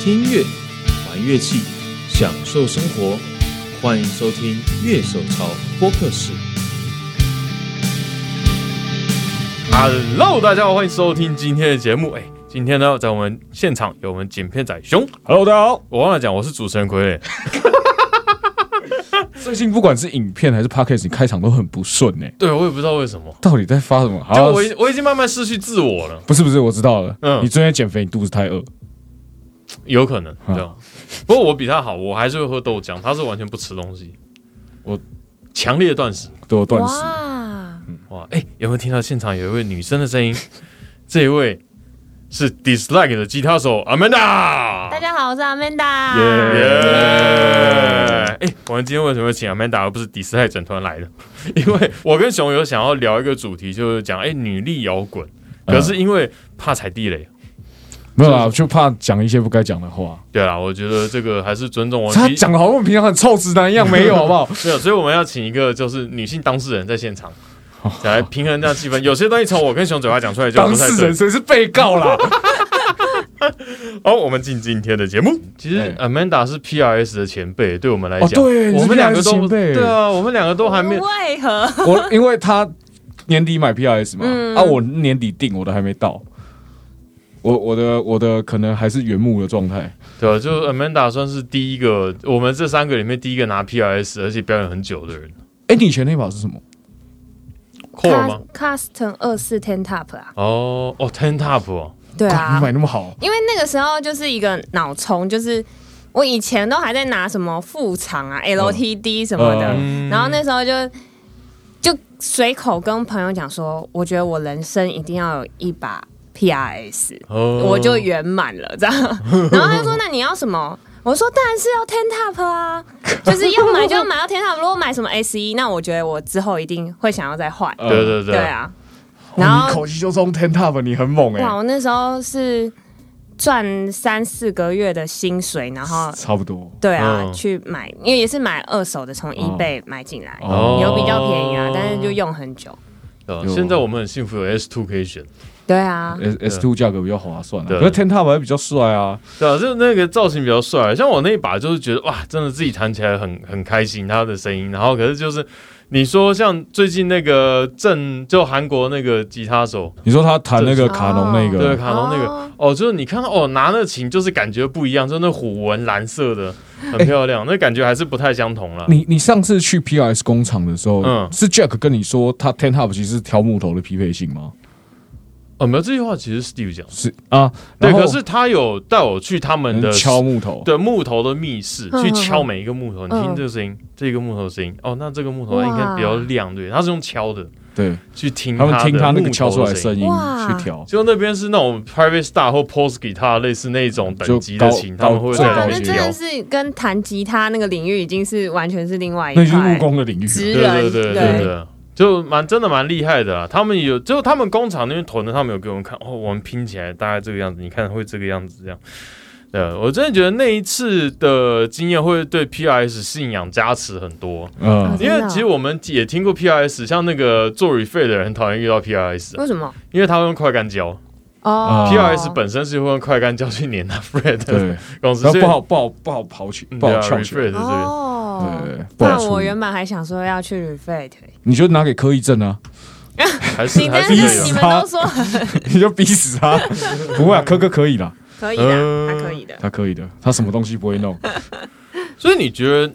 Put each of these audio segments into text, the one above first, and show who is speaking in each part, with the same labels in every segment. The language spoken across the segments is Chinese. Speaker 1: 听乐，玩乐器，享受生活。欢迎收听《乐手潮播客室》。
Speaker 2: Hello，大家好，欢迎收听今天的节目。哎，今天呢，在我们现场有我们剪片仔熊。
Speaker 3: Hello，大家好。
Speaker 2: 我忘了讲，我是主持人傀儡。
Speaker 3: 最近不管是影片还是 podcast，你开场都很不顺呢、
Speaker 2: 对，我也不知道为什么，
Speaker 3: 到底在发什么？好啊
Speaker 2: 就我已我已经慢慢失去自我了，
Speaker 3: 不是不是，我知道了。
Speaker 2: 嗯
Speaker 3: 你最近在减肥，你肚子太饿。
Speaker 2: 有可能这样。不过我比他好，我还是会喝豆浆，他是完全不吃东西。
Speaker 3: 我
Speaker 2: 强烈断食。
Speaker 3: 都有断食，
Speaker 4: 哇，
Speaker 2: 哇，哎，有没有听到现场有一位女生的声音？ 这一位是 Dislike 的吉他手 Amanda。
Speaker 4: 大家好，我是 Amanda。
Speaker 2: 耶！哎，我们今天为什么会请 Amanda 而不是迪斯泰整团来的？ 因为我跟熊有想要聊一个主题，就是讲哎、女力摇滚，
Speaker 3: 嗯
Speaker 2: 可是因为怕踩地雷。
Speaker 3: 没有啦，就怕讲一些不该讲的话。
Speaker 2: 对啦，我觉得这个还是尊重我
Speaker 4: 哦
Speaker 3: 他
Speaker 2: 们彼。
Speaker 3: 讲的好像我们平常很臭直男一样，没有好不 好？
Speaker 2: 没有，所以我们要请一个就是女性当事人在现场， 来平衡这样气氛。有些东西从我跟熊嘴巴讲出来就
Speaker 3: 当
Speaker 2: 不太
Speaker 3: 事
Speaker 2: 对
Speaker 3: 人。谁是被告 啦？
Speaker 2: 哦，我们进今天的节目。其实 Amanda 是 PRS 的前辈，对我们来讲，
Speaker 3: 哦对你是
Speaker 2: 我们两个
Speaker 3: PRS
Speaker 2: 都
Speaker 3: 前辈
Speaker 2: 对啊，我们两个都还没
Speaker 4: 为何？
Speaker 3: 我因为他年底买 PRS 嘛，
Speaker 4: 嗯
Speaker 3: 啊，我年底订，我的还没到。我我的我的可能还是原木的状态，
Speaker 2: 对啊，就 Amanda 算是第一个，我们这三个里面第一个拿 PRS 而且表演很久的人。
Speaker 3: 哎、你以前那把是什么？
Speaker 2: Core 吗？
Speaker 4: Custom 二四 Ten Top 啦，
Speaker 2: 哦哦，Ten Top 哦，
Speaker 4: 对
Speaker 3: 干
Speaker 4: 啊
Speaker 3: 你，买那么好，
Speaker 4: 因为那个时候就是一个脑冲，就是我以前都还在拿什么副厂啊、LTD 什么的，
Speaker 2: 嗯
Speaker 4: 然后那时候就就随口跟朋友讲说，我觉得我人生一定要有一把 PRS。
Speaker 2: 哦
Speaker 4: 我就圆满了，这样。然后他就说：“那你要什么？”我说：“当然是要 Ten Top 啊，就是要买就要买到 Ten Top。如果买什么 S 一，那我觉得我之后一定会想要再换。
Speaker 3: 呃
Speaker 2: 对对嗯对
Speaker 4: 对，啊，
Speaker 3: 哦
Speaker 4: 然
Speaker 3: 你
Speaker 4: 后
Speaker 3: 口气就中 ten top，你很猛哎、
Speaker 4: 哇，我那时候是赚三四个月的薪水，然后
Speaker 3: 差不多。
Speaker 4: 对啊
Speaker 2: 嗯
Speaker 4: 去买，因为也是买二手的，从
Speaker 3: 哦
Speaker 4: eBay 买进来，
Speaker 3: 哦
Speaker 4: 有比较便宜啊，但是就用很久。
Speaker 2: 对啊
Speaker 3: 有
Speaker 2: 现在我们很幸福，有 S Two 可以选。
Speaker 4: 对啊，
Speaker 3: S S two 价格比较划算、啊，
Speaker 2: 对
Speaker 3: 可是 Ten Top 还比较帅啊。
Speaker 2: 对啊，就那个造型比较帅，像我那一把就是觉得哇，真的自己弹起来很很开心，他的声音。然后可是就是你说像最近那个正就韩国那个吉他手，
Speaker 3: 你说他弹那个卡农那
Speaker 2: 对
Speaker 3: 个，
Speaker 2: 卡农那个
Speaker 4: 哦
Speaker 2: 哦就是你看到哦拿那琴就是感觉不一样，就那虎纹蓝色的很漂 亮，那感觉还是不太相同了。
Speaker 3: 你你上次去 P R S 工厂的时候，
Speaker 2: 嗯
Speaker 3: 是 Jack 跟你说他 Ten Top 其实是挑木头的匹配性吗？
Speaker 2: 哦，没有这句话其实 Steve 讲的，
Speaker 3: 是啊，
Speaker 2: 对，
Speaker 3: 然后嗯
Speaker 2: 可是他有带我去他们的
Speaker 3: 敲木头，
Speaker 2: 对木头的密室，
Speaker 4: 嗯
Speaker 2: 去敲每一个木头，你听
Speaker 4: 嗯
Speaker 2: 这个声音，这个木头的声音，哦，那这个木头
Speaker 4: 哇
Speaker 2: 应该比较亮，对，它是用敲的，
Speaker 3: 对，
Speaker 2: 去听
Speaker 3: 他们听
Speaker 2: 的
Speaker 3: 他那
Speaker 2: 木
Speaker 3: 个
Speaker 2: 头
Speaker 3: 敲出来的
Speaker 2: 声音。
Speaker 3: 声音
Speaker 4: 哇
Speaker 3: 去调，
Speaker 2: 就那边是那种 private star 或 post guitar 类似那种等级的
Speaker 3: 就高
Speaker 2: 琴，他们会在
Speaker 3: 高最
Speaker 4: 哇，
Speaker 3: 高
Speaker 2: 那
Speaker 4: 啊那
Speaker 2: 边
Speaker 3: 级
Speaker 4: 真
Speaker 2: 敲
Speaker 4: 的。是跟弹吉他那个领域已经是完全是另外一
Speaker 3: 那就是木
Speaker 4: 派
Speaker 3: 工的领域啊
Speaker 4: 职
Speaker 3: 了。
Speaker 2: 对对对
Speaker 4: 人
Speaker 2: 对对，就蛮真的蛮厉害的啊！他们有，就他们工厂那边囤的，他们有给我们看哦，我们拼起来大概这个样子，你看会这个样子这样。对，我真的觉得那一次的经验会对 PRS 信仰加持很多，
Speaker 3: 嗯
Speaker 4: 哦，
Speaker 2: 因
Speaker 4: 真的
Speaker 2: 为
Speaker 4: 啊
Speaker 2: 其实我们也听过 PRS，像那个做 refi 的人很讨厌遇到 PRS，
Speaker 4: 为什么？
Speaker 2: 因为他会用快干胶、
Speaker 4: 哦
Speaker 2: p r s 本身是会用快干胶去粘那 Fred
Speaker 3: 啊对
Speaker 2: 的，公司，
Speaker 3: 然
Speaker 2: 所
Speaker 3: 后
Speaker 2: 以
Speaker 3: 不好不好不好跑起，
Speaker 2: 嗯
Speaker 3: 不
Speaker 2: 对
Speaker 3: 好
Speaker 2: 啊
Speaker 3: 翘起来，
Speaker 2: ，refi 的这边。
Speaker 4: 哦
Speaker 3: 对对对不好
Speaker 4: 那
Speaker 3: 处理
Speaker 4: 我原本还想说要去 refit，
Speaker 3: 你就拿给柯一正啊，
Speaker 2: 还是
Speaker 4: 你
Speaker 2: 还
Speaker 4: 但
Speaker 2: 是
Speaker 3: 逼
Speaker 2: 可
Speaker 4: 是
Speaker 2: 以
Speaker 4: 你
Speaker 3: 死
Speaker 2: 啊
Speaker 4: 们
Speaker 3: 他
Speaker 4: 都 说
Speaker 3: 你就逼死他。不会啊，柯哥可以啦，
Speaker 4: 可以
Speaker 2: 呃
Speaker 4: 的，还可以的。
Speaker 3: 他可以的，他什么东西不会弄。
Speaker 2: 所以你觉得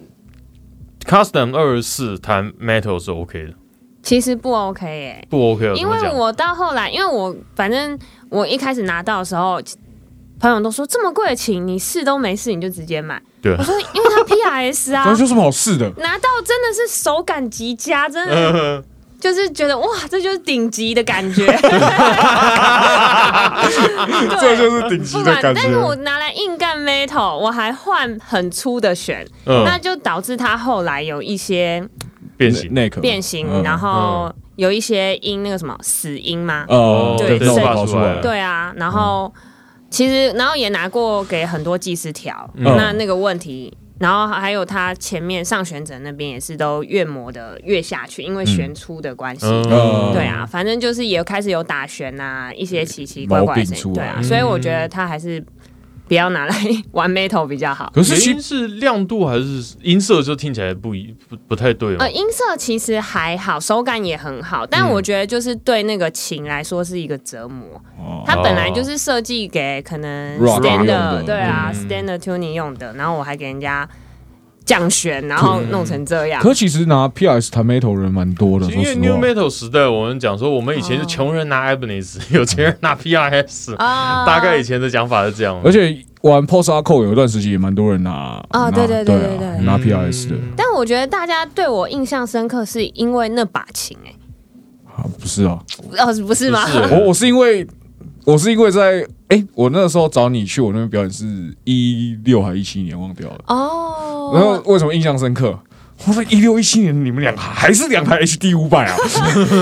Speaker 2: custom 二十四弹 metal 是 OK 的，
Speaker 4: 其实不 OK 耶，
Speaker 2: 不 OK 的怎
Speaker 4: 因
Speaker 2: 么
Speaker 4: 为
Speaker 2: 讲？
Speaker 4: 我到后来，因为我反正我一开始拿到的时候，朋友都说这么贵的琴你试都没试你就直接买，
Speaker 2: 对啊
Speaker 4: 我说因为它 PRS 啊
Speaker 3: 反。正有什么好试的？
Speaker 4: 拿到真的是手感极佳，真
Speaker 2: 呃
Speaker 4: 的就是觉得哇，这就是顶级的感觉。
Speaker 3: 这就是顶级
Speaker 4: 不
Speaker 3: 的
Speaker 4: 然，
Speaker 3: 感
Speaker 4: 但是我
Speaker 3: 觉。
Speaker 4: 拿来硬干 metal，我还换很粗的弦，
Speaker 2: 嗯
Speaker 4: 那就导致它后来有一些
Speaker 2: 变形。
Speaker 3: 那个
Speaker 4: 变形，
Speaker 3: 嗯
Speaker 4: 然后有一些音那个什么死音嘛，
Speaker 2: 嗯
Speaker 3: 哦，
Speaker 4: 对
Speaker 3: 对，那我
Speaker 4: 所以
Speaker 3: 搞出来了。
Speaker 4: 对啊，然后、其实然后也拿过给很多技师调，
Speaker 2: 嗯
Speaker 4: 那那个问题。然后还有它前面上旋枕那边也是都越磨的越下去，因为旋粗的关系，
Speaker 3: 呃
Speaker 2: 嗯
Speaker 4: 对啊，反正就是也开始有打旋啊，一些奇奇怪
Speaker 3: 毛
Speaker 4: 怪的
Speaker 2: 嗯
Speaker 3: 病
Speaker 4: 声音，
Speaker 3: 出
Speaker 4: 对
Speaker 3: 来
Speaker 4: 啊，所以我觉得它还是不要拿来 玩 metal 比较好。
Speaker 3: 可是
Speaker 2: 原
Speaker 3: 其
Speaker 2: 因是亮度还是音色就听起来不一不不太对哦
Speaker 4: 呃，。音色其实还好，手感也很好，但
Speaker 3: 嗯
Speaker 4: 我觉得就是对那个琴来说是一个折磨。
Speaker 3: 哦
Speaker 4: 它本来就是设计给可能
Speaker 3: Rock 用
Speaker 4: standard
Speaker 3: 的
Speaker 4: 对啊、
Speaker 2: 嗯
Speaker 4: standard tuning 用的，然后我还给人家降旋，然后弄成这样。
Speaker 3: 可其实拿 PS Tomato 人蛮多的，
Speaker 2: 因
Speaker 3: 说
Speaker 2: 为
Speaker 3: 实
Speaker 2: New
Speaker 3: 话，
Speaker 2: Metal 时代，我们讲说我们以前是
Speaker 4: 哦
Speaker 2: 穷人拿 Ibanez，有 钱人拿 PRS，
Speaker 4: 啊
Speaker 2: 大概以前的讲法是这样。
Speaker 3: 而且玩 Post a c o 有一段时期也蛮多人拿
Speaker 4: 哦
Speaker 3: 拿
Speaker 4: 对对对
Speaker 3: 啊
Speaker 4: 对对
Speaker 3: 拿
Speaker 2: 嗯
Speaker 3: PS 的
Speaker 4: 但我觉得大家对我印象深刻，是因为那把琴、欸，
Speaker 3: 啊，不是哦，
Speaker 4: 哎，哦，不是吗？
Speaker 2: 不是
Speaker 3: 我我是因为我是因为在哎，我那时候找你去我那边表演是一六还一七年忘掉了，
Speaker 4: 哦，
Speaker 3: 然后为什么印象深刻？我说一六一七年你们俩还是两台 HD 五百啊？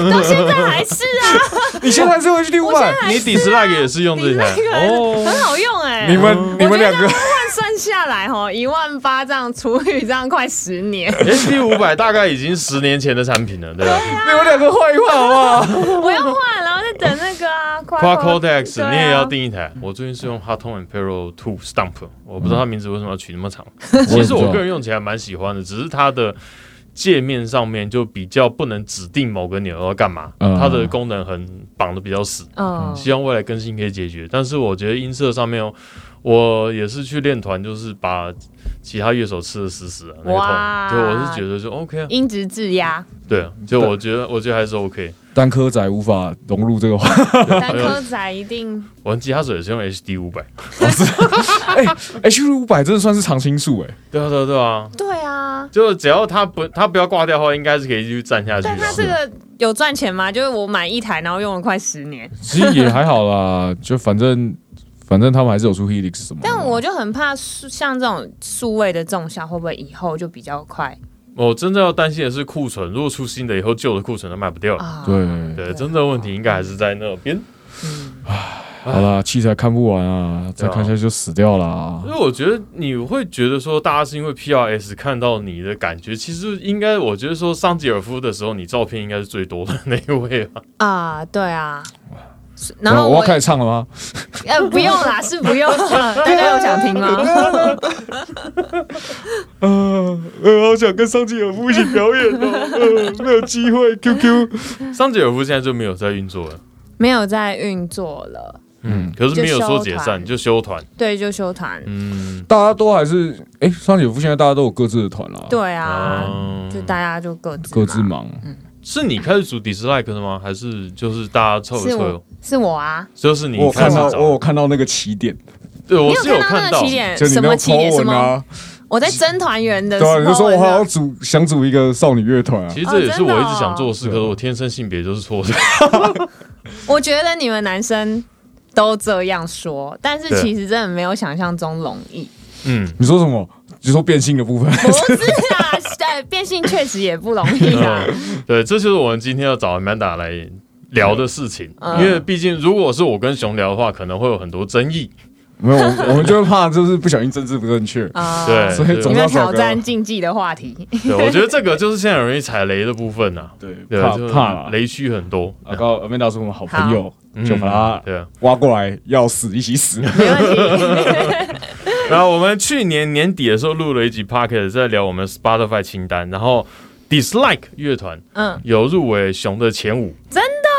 Speaker 4: 到现在还是啊，
Speaker 3: 你现在还是 HD 五
Speaker 4: 我现在
Speaker 3: 百？
Speaker 4: 还
Speaker 2: 你 dislike 也是用
Speaker 4: 你
Speaker 2: 这台
Speaker 4: 那个
Speaker 2: 哦，
Speaker 4: 很好用哎、
Speaker 3: 你 们你们两个
Speaker 4: 换算下来哦，一万八这样除以这样快十 年，
Speaker 2: ，SD 五百大概已经十年前的产品了，对吧？
Speaker 3: 你们两个换一换好不好？
Speaker 4: 我要换，然后再等那个啊，
Speaker 2: 夸
Speaker 4: Quad-
Speaker 2: Cortex，、
Speaker 4: 对啊
Speaker 2: 你也要订一台。我最近是用 h o t o n and Perro Two Stump，我不知道它名字为什么要取那么长。 其实我个人用起来蛮喜欢的，只是它的界面上面就比较不能指定某个钮要干嘛，
Speaker 3: 嗯
Speaker 2: 它的功能很绑的比较死。
Speaker 4: 嗯，
Speaker 2: 希望未来更新可以解决，但是我觉得音色上面哦，我也是去练团，就是把其他乐手吃的死死的那
Speaker 4: 哇
Speaker 2: 个痛，就我是觉得就 OK 啊，
Speaker 4: 音质质押，
Speaker 2: 对啊，就我觉得我觉得还是 OK。
Speaker 3: 单科仔无法融入这个话。
Speaker 4: 三颗仔一定
Speaker 2: 玩吉他手也是用 HD 五百，
Speaker 3: 哎，H 五百真的算是常青树哎。
Speaker 2: 对啊对啊对啊，
Speaker 4: 对啊。
Speaker 2: 就只要他不他不要挂掉的话，应该是可以继续站下去的。
Speaker 4: 但它这个有赚钱吗？就是我买一台，然后用了快十年，
Speaker 3: 其实也还好 啦，就反正反正他们还是有出 Helix 什么的。
Speaker 4: 但我就很怕数像这种数位的重效，会不会以后就比较快
Speaker 2: 我真正要担心的是库存，如果出新的以后，旧的库存都卖不掉了。
Speaker 4: 啊？
Speaker 3: 对，
Speaker 2: 对，真正问题应该还是在那边。
Speaker 3: 好啦，器材看不完啊，再看下去就死掉了啊
Speaker 2: 因。为我觉得你会觉得说，大家是因为 PRS 看到你的感觉，其实应该我觉得说，桑吉尔夫的时候，你照片应该是最多的那一位 吧？
Speaker 4: 啊，对啊。是然后
Speaker 3: 我
Speaker 4: 我
Speaker 3: 要开始唱了吗？
Speaker 4: 呃不用啦，是不用啦。大家有想听吗？
Speaker 3: 呃，呃，好想跟桑吉尔夫一起表演哦， 呃，没有机会。QQ，
Speaker 2: 桑吉尔夫现在就没有在运作了，
Speaker 4: 没有在运作了，
Speaker 2: 嗯，可是没有说解散，就休团，
Speaker 4: 对，就休团。
Speaker 2: 嗯，
Speaker 3: 大家都还是哎，桑吉尔夫现在大家都有各自的团啦，，
Speaker 4: 对啊，嗯
Speaker 2: 嗯
Speaker 4: 就大家就各自
Speaker 3: 各自
Speaker 4: 嘛。
Speaker 3: 忙。
Speaker 2: 是你开始组 dislike 的吗？还是就是大家凑一
Speaker 4: 是
Speaker 2: 凑
Speaker 4: 我？是我啊，
Speaker 2: 就是你
Speaker 3: 我有
Speaker 2: 开
Speaker 3: 看
Speaker 2: 始
Speaker 3: 到，
Speaker 2: 找，
Speaker 3: 我有看到那个起点，
Speaker 2: 对我
Speaker 4: 你
Speaker 2: 是
Speaker 4: 有看
Speaker 2: 看
Speaker 4: 那个起点
Speaker 3: 就你
Speaker 4: 什
Speaker 3: 没有
Speaker 4: 么起点？
Speaker 3: po
Speaker 4: 什
Speaker 3: 文
Speaker 4: 么？
Speaker 3: 啊，
Speaker 4: 我在征团员的时
Speaker 3: 对啊，你就
Speaker 4: 候
Speaker 3: 说我好
Speaker 4: 那
Speaker 3: 要
Speaker 4: 个，
Speaker 3: 组想组一个少女乐团啊
Speaker 2: 其，实这也是我一直想做的事，可
Speaker 3: 哦真的
Speaker 2: 是
Speaker 3: 哦
Speaker 2: 我天生性别就是错 的。
Speaker 4: 我觉得你们男生都这样说，但是
Speaker 2: 对
Speaker 4: 其实真的没有想象中容 易。
Speaker 2: 嗯，
Speaker 3: 你说什么？你说变性的部分？
Speaker 4: 不是啊，对，变性确实也不容易啊。
Speaker 2: 对，这就是我们今天要找 Amanda 来聊的事情，
Speaker 4: 嗯
Speaker 2: 因为毕竟如果是我跟熊聊的话，可能会有很多争议。
Speaker 3: 没有，我我们就会怕就是不小心政治不正确，
Speaker 4: 啊，
Speaker 2: 对，
Speaker 3: 所以
Speaker 2: 对
Speaker 3: 总
Speaker 4: 你
Speaker 3: 要
Speaker 4: 们
Speaker 3: 找
Speaker 4: 挑
Speaker 3: 个
Speaker 4: 战竞技的 话题，
Speaker 2: 对，我觉得这个就是现在很容易踩雷的部分呐，
Speaker 3: 对
Speaker 2: 对，
Speaker 3: 怕
Speaker 2: 就是
Speaker 3: 怕啦。
Speaker 2: 雷区很多。
Speaker 3: 啊，告阿妹达是我们好朋友，
Speaker 2: 嗯
Speaker 3: 就把他
Speaker 2: 对啊，
Speaker 3: 挖过来，要死一起死。
Speaker 4: 没问题。
Speaker 2: 然后我们去年年底的时候录了一集 Pocket，在聊我们 Spotify 清单，然后 Dislike 乐团
Speaker 4: 嗯，
Speaker 2: 有入围熊的前五，
Speaker 4: 真的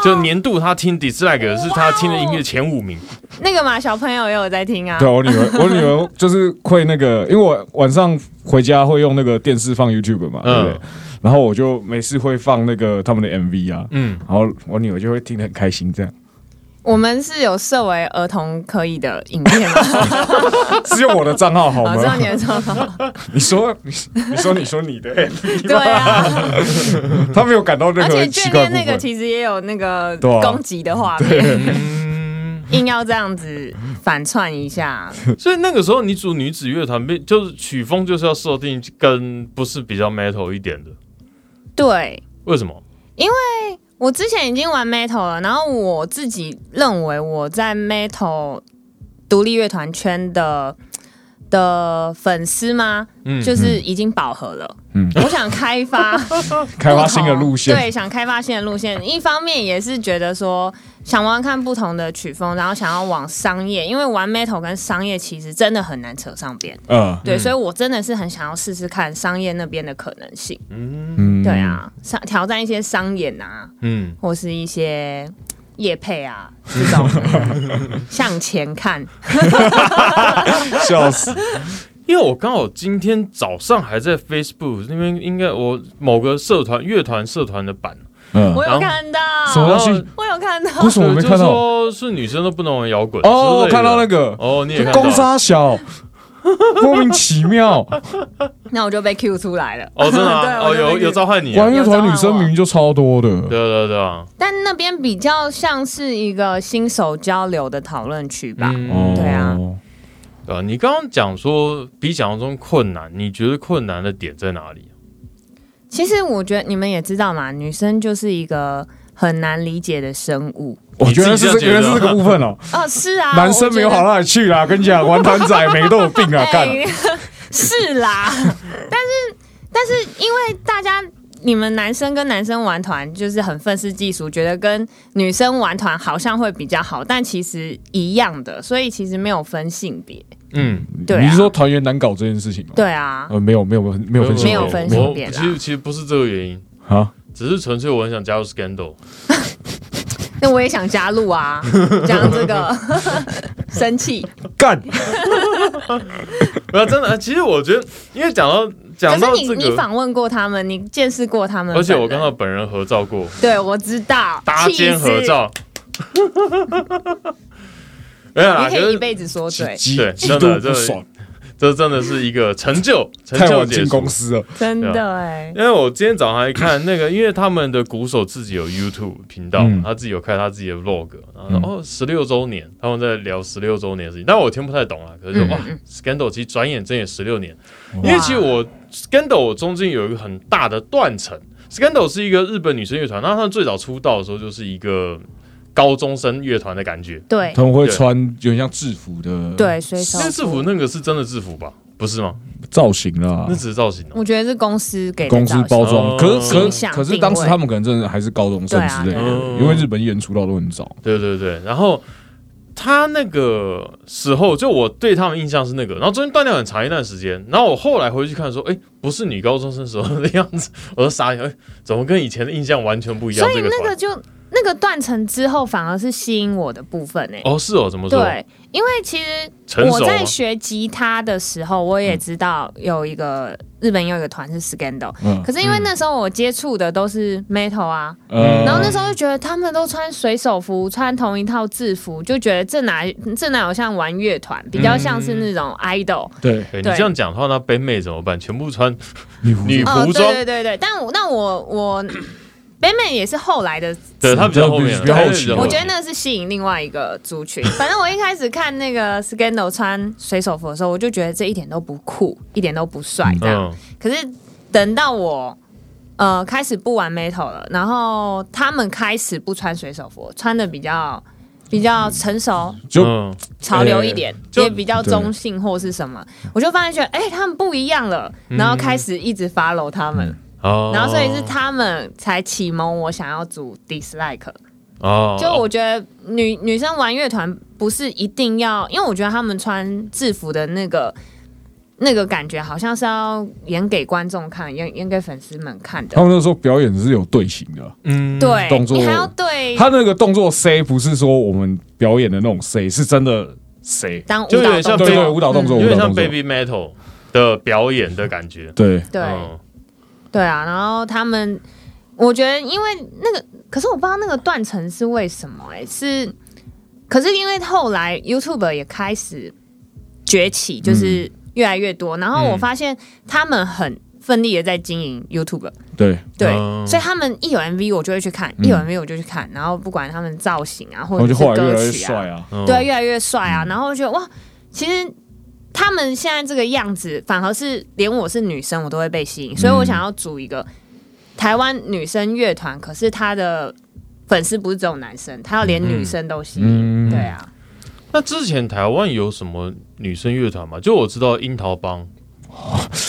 Speaker 4: 哦、
Speaker 2: 就年度他听 Dislike 的是他听的音乐前五名。
Speaker 4: 那个嘛，小朋友也有在听啊
Speaker 3: 对。啊我女儿，我女儿就是会那个，因为我晚上回家会用那个电视放 YouTube 嘛，对不
Speaker 2: 嗯
Speaker 3: 对？然后我就没事会放那个他们的 MV 啊，
Speaker 2: 嗯，
Speaker 3: 然后我女儿就会听得很开心，这样
Speaker 4: 我们是有设为儿童可以的影片吗？
Speaker 3: 是 用我的账号好
Speaker 4: 哦我知道
Speaker 3: 吗
Speaker 4: 你？的说 法。
Speaker 3: 你说，你你说，你说你的 MV
Speaker 4: 对
Speaker 3: 吧，
Speaker 4: 啊，
Speaker 3: 他没有感到任
Speaker 4: 而
Speaker 3: 何
Speaker 4: 且
Speaker 3: 奇
Speaker 4: 眷
Speaker 3: 怪
Speaker 4: 恋
Speaker 3: 的
Speaker 4: 那
Speaker 3: 部
Speaker 4: 个
Speaker 3: 分。
Speaker 4: 其实也有那个
Speaker 3: 对啊
Speaker 4: 攻击的画面，硬要这样子反串一下。
Speaker 2: 嗯所以那个时候你组女子乐团，被就是曲风就是要设定跟不是比较 metal 一点的，
Speaker 4: 对
Speaker 2: 为什么？
Speaker 4: 我之前已经玩 metal 了，然后我自己认为我在 metal 独立乐团圈的的粉丝吗？
Speaker 2: 嗯
Speaker 4: 就是已经饱和了。
Speaker 3: 嗯
Speaker 4: 我想开发
Speaker 3: 开发新的路
Speaker 4: 不同对，
Speaker 3: 线，
Speaker 4: 想开发新的路线。一方面也是觉得说想玩玩看不同的曲风，然后想要往商业，因为玩 metal 跟商业其实真的很难扯上边。
Speaker 3: 嗯
Speaker 4: 对，所以我真的是很想要试试看商业那边的可能性。
Speaker 2: 嗯
Speaker 3: 嗯，
Speaker 4: 对，啊，商挑战一些商演啊，
Speaker 2: 嗯，
Speaker 4: 或是一些夜配啊这种的向前看。
Speaker 3: 嗯笑 死，
Speaker 2: 因为我刚好今天早上还在 Facebook 那边，应该我某个社团乐团社团的版，
Speaker 3: 嗯
Speaker 4: 我，有看到，
Speaker 3: 什么东西？
Speaker 4: 我有看到。
Speaker 3: 为什么我没
Speaker 2: 就
Speaker 3: 看到？
Speaker 2: 说是女生都不能玩摇滚
Speaker 3: 哦，我看到那
Speaker 2: 个
Speaker 3: 个
Speaker 2: 哦，你也看到
Speaker 3: 公杀小，莫名 其妙，
Speaker 4: 那我就被 Q 出来了。
Speaker 2: 哦，真的
Speaker 4: 对
Speaker 2: 啊
Speaker 4: 我
Speaker 2: 哦
Speaker 4: 就被
Speaker 2: 有
Speaker 4: cue
Speaker 2: 有召唤你啊，
Speaker 3: 玩乐团女生明明就超多的，
Speaker 2: 对对对啊，
Speaker 4: 但那边比较像是一个新手交流的讨论区吧。
Speaker 3: 哦
Speaker 2: 嗯，
Speaker 4: 对啊，
Speaker 2: 对啊，你刚刚讲说比想象中困难，你觉得困难的点在哪里？啊
Speaker 4: 其实我觉得你们也知道嘛，女生就是一个很难理解的生 物。
Speaker 3: 我觉得
Speaker 2: 你自己
Speaker 3: 是
Speaker 2: 这样觉得
Speaker 3: 这原来是这个部分哦，
Speaker 4: 哦，是 啊，
Speaker 3: 男生没有好
Speaker 4: 了。
Speaker 3: 到哪里去啦，跟你讲，玩团仔每个都有病 啊，干，
Speaker 4: 哎是 啦，但是但是因为大家。你们男生跟男生玩团就是很愤世嫉俗，觉得跟女生玩团好像会比较好，但其实一样的，所以其实没有分性别。
Speaker 2: 嗯，
Speaker 4: 对啊
Speaker 3: 你是说团员难搞这件事情吗？
Speaker 4: 对
Speaker 2: 哦
Speaker 4: 啊，
Speaker 3: 呃，没有没有没有分析，
Speaker 4: 没有分性
Speaker 2: 我
Speaker 4: 别啦
Speaker 2: 其实其实不是这个原因，
Speaker 3: 啊，
Speaker 2: 只是纯粹我很想加入 Scandal。
Speaker 4: 那我也想加 入啊，讲这个 生气。
Speaker 3: 干，
Speaker 4: 哦
Speaker 2: 啊，真的，其实我觉得，因为讲到讲到
Speaker 4: 可是
Speaker 2: 这
Speaker 4: 你你
Speaker 2: 个，
Speaker 4: 访问过他们，你见识过他们，
Speaker 2: 而且我刚到本人合照过，
Speaker 4: 对我知道
Speaker 2: 搭肩合，照。 没有啦，
Speaker 4: 气
Speaker 2: 啊
Speaker 4: 死你可
Speaker 2: 就
Speaker 4: 以一
Speaker 2: 是
Speaker 4: 辈子说
Speaker 3: 极
Speaker 4: 嘴，
Speaker 3: 极
Speaker 2: 对
Speaker 3: 极
Speaker 2: 真
Speaker 3: 度
Speaker 2: 的
Speaker 3: 不爽，
Speaker 2: 这真的是一个成就，成
Speaker 3: 太
Speaker 2: 就
Speaker 3: 晚
Speaker 2: 解
Speaker 3: 进
Speaker 2: 锁
Speaker 3: 公。司了，
Speaker 4: 真
Speaker 2: 对啊
Speaker 4: 的哎、
Speaker 2: 因为我今天早上还看那个，因为他们的鼓手自己有 YouTube 频道，
Speaker 3: 嗯
Speaker 2: 他自己有开他自己的 vlog，然后说、哦，十六周年，他们在聊十六周年的事情，但我听不太懂啊。可是、哇，Scandal 其实转眼真也十六年，因为其实我 Scandal 我中间有一个很大的断层，Scandal 是一个日本女生乐团，那他们最早出道的时候就是一个高中生乐团的感觉，
Speaker 4: 对
Speaker 3: 他们会穿有点像制服的
Speaker 4: 对，所以说
Speaker 2: 那制服那个是真的制服吧？不是吗？
Speaker 3: 造型啦
Speaker 2: 那，只是造型哦、
Speaker 4: 我觉得是公司给的
Speaker 3: 公司
Speaker 4: 造型
Speaker 3: 包装
Speaker 2: 哦，
Speaker 3: 可是可
Speaker 4: 形
Speaker 3: 是
Speaker 4: 象
Speaker 3: 可是当时
Speaker 4: 定位
Speaker 3: 他们可能真的还是高中生之类
Speaker 4: 对
Speaker 2: 对
Speaker 4: 啊
Speaker 2: 啊
Speaker 3: 的，因为日本艺人出道都很早，
Speaker 2: 对对对，然后他那个时候，就我对他们印象是那个，然后中间断掉很长一段时间，然后我后来回去看说，哎，不是女高中生时候的样子，我就傻眼，哎，怎么跟以前的印象完全不一样
Speaker 4: 所？以
Speaker 2: 这个
Speaker 4: 那
Speaker 2: 团
Speaker 4: 个就那个断层之后，反而是吸引我的部分哎、
Speaker 2: 哦，是哦，怎么说？
Speaker 4: 对，因为其实
Speaker 2: 成
Speaker 4: 我
Speaker 2: 熟
Speaker 4: 在
Speaker 2: 吗
Speaker 4: 学吉他的时候，我也知道有一个日本有一个团是 Scandal，、
Speaker 3: 嗯
Speaker 4: 可是因为那时候我接触的都是 Metal 啊，
Speaker 2: 嗯
Speaker 3: 呃
Speaker 4: 然后那时候就觉得他们都穿水手服，穿同一套制服，就觉得这哪这哪有像玩乐团，比较像是那种 idol。
Speaker 3: 对
Speaker 2: 对你
Speaker 4: 对
Speaker 2: 这样讲的话，那北妹怎么办？全部穿
Speaker 3: 女服
Speaker 2: 女服
Speaker 4: 哦，对
Speaker 2: 装，
Speaker 4: 对对对，但我但我我 北美也是后来的，
Speaker 2: 对他比较后面了，
Speaker 3: 比较后期
Speaker 2: 对
Speaker 4: 我觉得那是吸引另外一个族群。 反正我一开始看那个 Scandal 穿水手服的时候，我就觉得这一点都不酷，一点都不帅这样。
Speaker 2: 嗯
Speaker 4: 可是等到我呃开始不玩 metal 了，然后他们开始不穿水手服，穿的比较比较成熟、
Speaker 3: 就
Speaker 2: 嗯
Speaker 4: 潮流一点，
Speaker 2: 哎就
Speaker 4: 也比较中性或是什么，我就发现觉得哎、他们不一样了，然后开始一直 follow 他们，
Speaker 2: 嗯哦，
Speaker 4: 然后所以是他们才启蒙我想要组 dislike。
Speaker 2: 哦，
Speaker 4: 就我觉得女女生玩乐团不是一定要，因为我觉得他们穿制服的那个那个感觉，好像是要演给观众看，演演给粉丝们看
Speaker 3: 他
Speaker 4: 的。
Speaker 3: 们那时候表演是有队形的，
Speaker 2: 嗯，
Speaker 4: 对，
Speaker 3: 动作
Speaker 4: 你还要对
Speaker 3: 他那个动作 C 不是说我们表演的那种 C，是真的 C，
Speaker 4: 当舞
Speaker 2: 就有点
Speaker 4: 蹈
Speaker 2: 像
Speaker 4: 动
Speaker 3: 对
Speaker 4: 作嗯
Speaker 2: 被
Speaker 3: 对，舞蹈动作，
Speaker 2: 有
Speaker 3: 舞
Speaker 2: 点
Speaker 3: 蹈
Speaker 2: 像
Speaker 3: 动作，
Speaker 2: Baby Metal 的表演的感觉，
Speaker 3: 对，
Speaker 4: 对、
Speaker 2: 嗯
Speaker 4: 对啊。然后他们，我觉得因为那个，可是我不知道那个断层是为什么、哎，是，可是因为后来 YouTube 也开始崛起，就是越来越多，然后我
Speaker 2: 嗯
Speaker 4: 发现他们很奋力的在经营 YouTube。
Speaker 3: 对，
Speaker 4: 对，
Speaker 3: 哦
Speaker 2: 嗯
Speaker 4: 所以他们一有 MV 我就会去看，一有 MV 我就去看，然后不管他们造型啊，或
Speaker 3: 嗯然后
Speaker 4: 者
Speaker 3: 就是后来越
Speaker 4: 歌
Speaker 3: 来越
Speaker 4: 曲啊，
Speaker 3: 帅啊，
Speaker 2: 嗯
Speaker 4: 对，越来越帅啊，然后我觉得哇，其实他们现在这个样子，反而是连我是女生我都会被吸引，所以我想要组一个台湾女生乐团，可是他的粉丝不是只有男生，他要连女生都吸引，
Speaker 3: 嗯
Speaker 4: 对啊，
Speaker 2: 那之前台湾有什么女生乐团吗？就我知道樱桃帮，